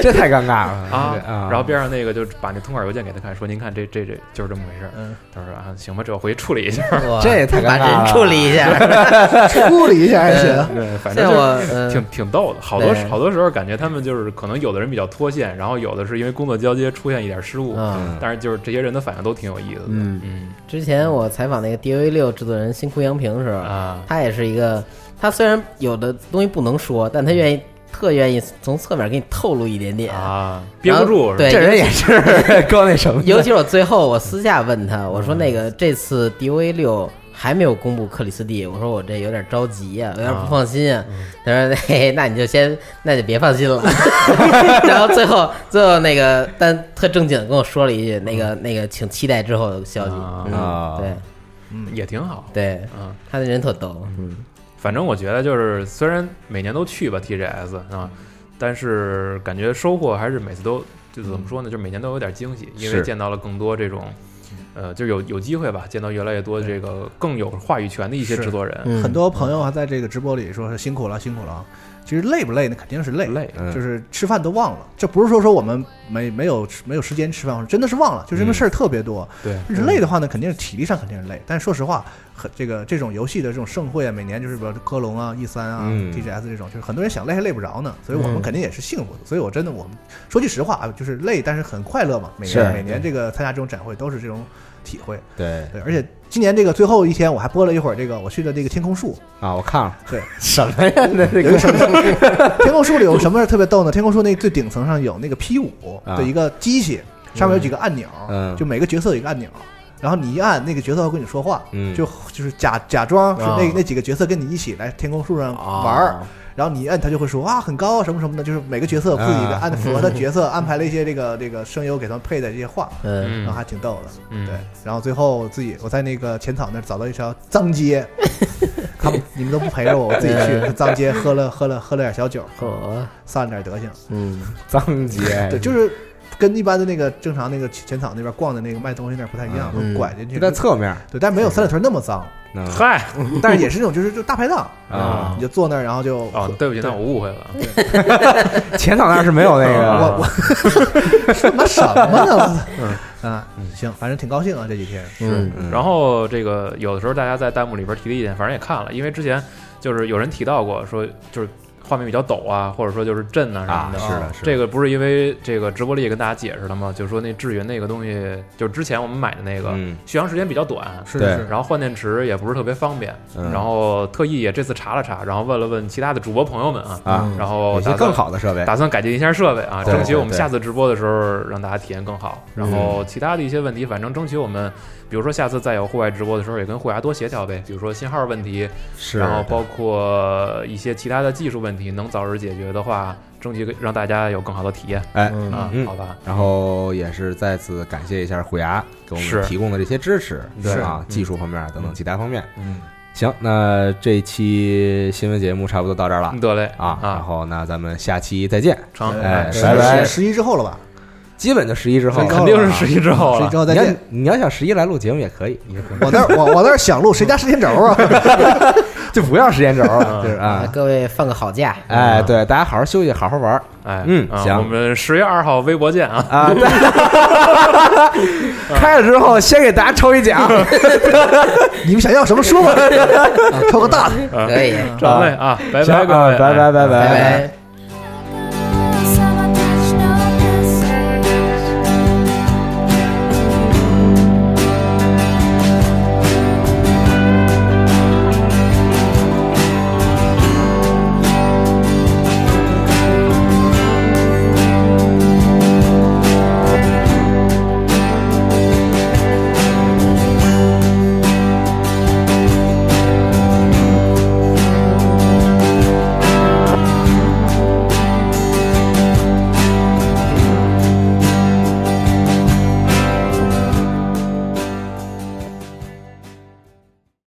这太尴尬了
啊，
这啊，
然后边上那个就把那通稿邮件给他看，说您看这这这就是这么回事儿。
嗯，
他说啊，行吧，这我回去处理一下。
哇
这也太尴
把
尬了
人处理一下，
处理一下还行。
呃
对，反正
现在
就是
我嗯
挺挺逗的，好多
对
好多时候感觉他们就是可能有的人比较脱线，然后有的是因为工作交接出现一点失误，
啊。
嗯
但是就是这些人的反应都挺有意思的。
嗯
嗯
之前我采访那个 DOA 六制作人新哭杨平的时候，
啊
他也是一个，他虽然有的东西不能说，但他愿意特愿意从侧面给你透露一点点。
啊，憋不住是吧？
对
这人也是 够那什么的，
尤其是我最后我私下问他，我说那个这次 DOA 六还没有公布克里斯蒂，我说我这有点着急呀、我有点不放心啊。他说 嘿嘿，那你就先，那就别放心了。 然后最后最后那个，但特正经地跟我说了一句，那个那个，请期待之后的消息。
啊
嗯，
也挺好。
对对，
嗯，
他的人特逗，嗯
反正我觉得就是虽然每年都去吧 TGS 啊，但是感觉收获还是每次都就怎么说呢，就是每年都有点惊喜，因为
是
见到了更多这种。呃，就是有有机会吧，见到越来越多这个更有话语权的一些
是
制作人，
嗯
很多朋友啊还在这个直播里说是辛苦了，辛苦了。其实累不累呢？肯定是累，
累
嗯
就是吃饭都忘了。这不是说说我们没没有没有时间吃饭，真的是忘了，就是因为事儿特别多。
对，
就是累的话呢，肯定是体力上肯定是
嗯
累，但是说实话，很这个这种游戏的这种盛会啊，每年就是比如说科隆啊、E 三啊、
嗯
TGS 这种，就是很多人想累还累不着呢。所以我们
嗯
肯定也是幸福的。所以我真的我们说句实话啊，就是累，但是很快乐嘛。每
是
年每年这个参加这种展会都是这种体会。
对
对，而且今年这个最后一天，我还播了一会儿这个我去的这个天空树。
啊，我看了，
对，
什么呀？那那
有一
个
个 什么？天空树里有什么特别逗呢？天空树那最顶层上有那个 P 五
啊
的一个机器，上面有几个按钮，
嗯
就每个角色有一个按钮。然后你一按那个角色会跟你说话，
嗯，
就就是假假装是那
啊
那几个角色跟你一起来天空树上
啊
玩儿，然后你一摁他就会说啊很高啊什么什么的，就是每个角色故意的
啊
按 符合他角色安排了一些这个这个声优给他们配的这些话，
嗯，
然后
嗯
还挺逗的。
嗯，
对，然后最后自己我在那个浅草那儿找到一条 脏街，他们你们都不陪着我，我自己
嗯
去脏街喝了喝了喝了点小酒，
哦
嚯，
散了点德行。
嗯，
脏街，
对，就是跟一般的那个正常那个浅草那边逛的那个卖东西那儿不太一样，
嗯
会拐进去。
就在侧面，
对，但没有三里屯那么脏，
嗯
嗨
但是也是那种就是就大排档
啊
你就坐那儿然后就
哦，对不起，那我误会了。
浅嗯草那儿是没有那个，
我我 什么什么呢？嗯啊，行，反正挺高兴啊这几天。
嗯，
嗯
然后这个有的时候大家在弹幕里边提的意见，反正也看了，因为之前就是有人提到过说，就是画面比较陡啊，或者说就是震啊什
啊
么，的。
是的，是的
这个不是因为这个直播里也跟大家解释了吗？就是说那智云那个东西，就是之前我们买的那个，
嗯
续航时间比较短，
是
对
是，
然后换电池也不是特别方便，
嗯
然后特意也这次查了查，然后问了问其他的主播朋友们啊，
啊，
然后
有
打算
些更好的设备，
打算改进一下设备啊，
哎对
争取我们
对嗯
下次直播的时候让大家体验更好。然后其他的一些问题，反正争取我们，比如说下次再有户外直播的时候，也跟户牙多协调呗。比如说信号问题，
是，
然后包括一些其他的技术问题，能早日解决的话，争取让大家有更好的体验
哎，
啊
嗯，
好吧？
然后也是再次感谢一下虎牙给我
是
们提供的这些支持，
对
啊
嗯，
技术方面等等其他方面。
嗯，
行，那这一期新闻节目差不多到这儿了
得嘞
啊，然
啊，
后那咱们下期再见，
成，
哎
十
拜拜
十一之后了吧？
基本就十一之后
最
了，
高
哦肯定是十一之后
十一
了
之。后再
你要
见。
你要想十一来录节目也可以，也可以
我那儿我我那儿想录谁家时间轴 啊？
就不要时间轴了，
嗯
就是
那
啊，
各位放个好假，
哎，对，大家好好休息，好好玩儿
哎，
嗯
啊
行
我们十月二号微博见 啊！
啊。对开了之后，先给大家抽 一奖，
你们想要什么说吧，啊抽个大的。
啊
可以，
成嘞啊，拜拜
行
各
哎啊
位，
拜
哎
拜拜
拜
拜
拜。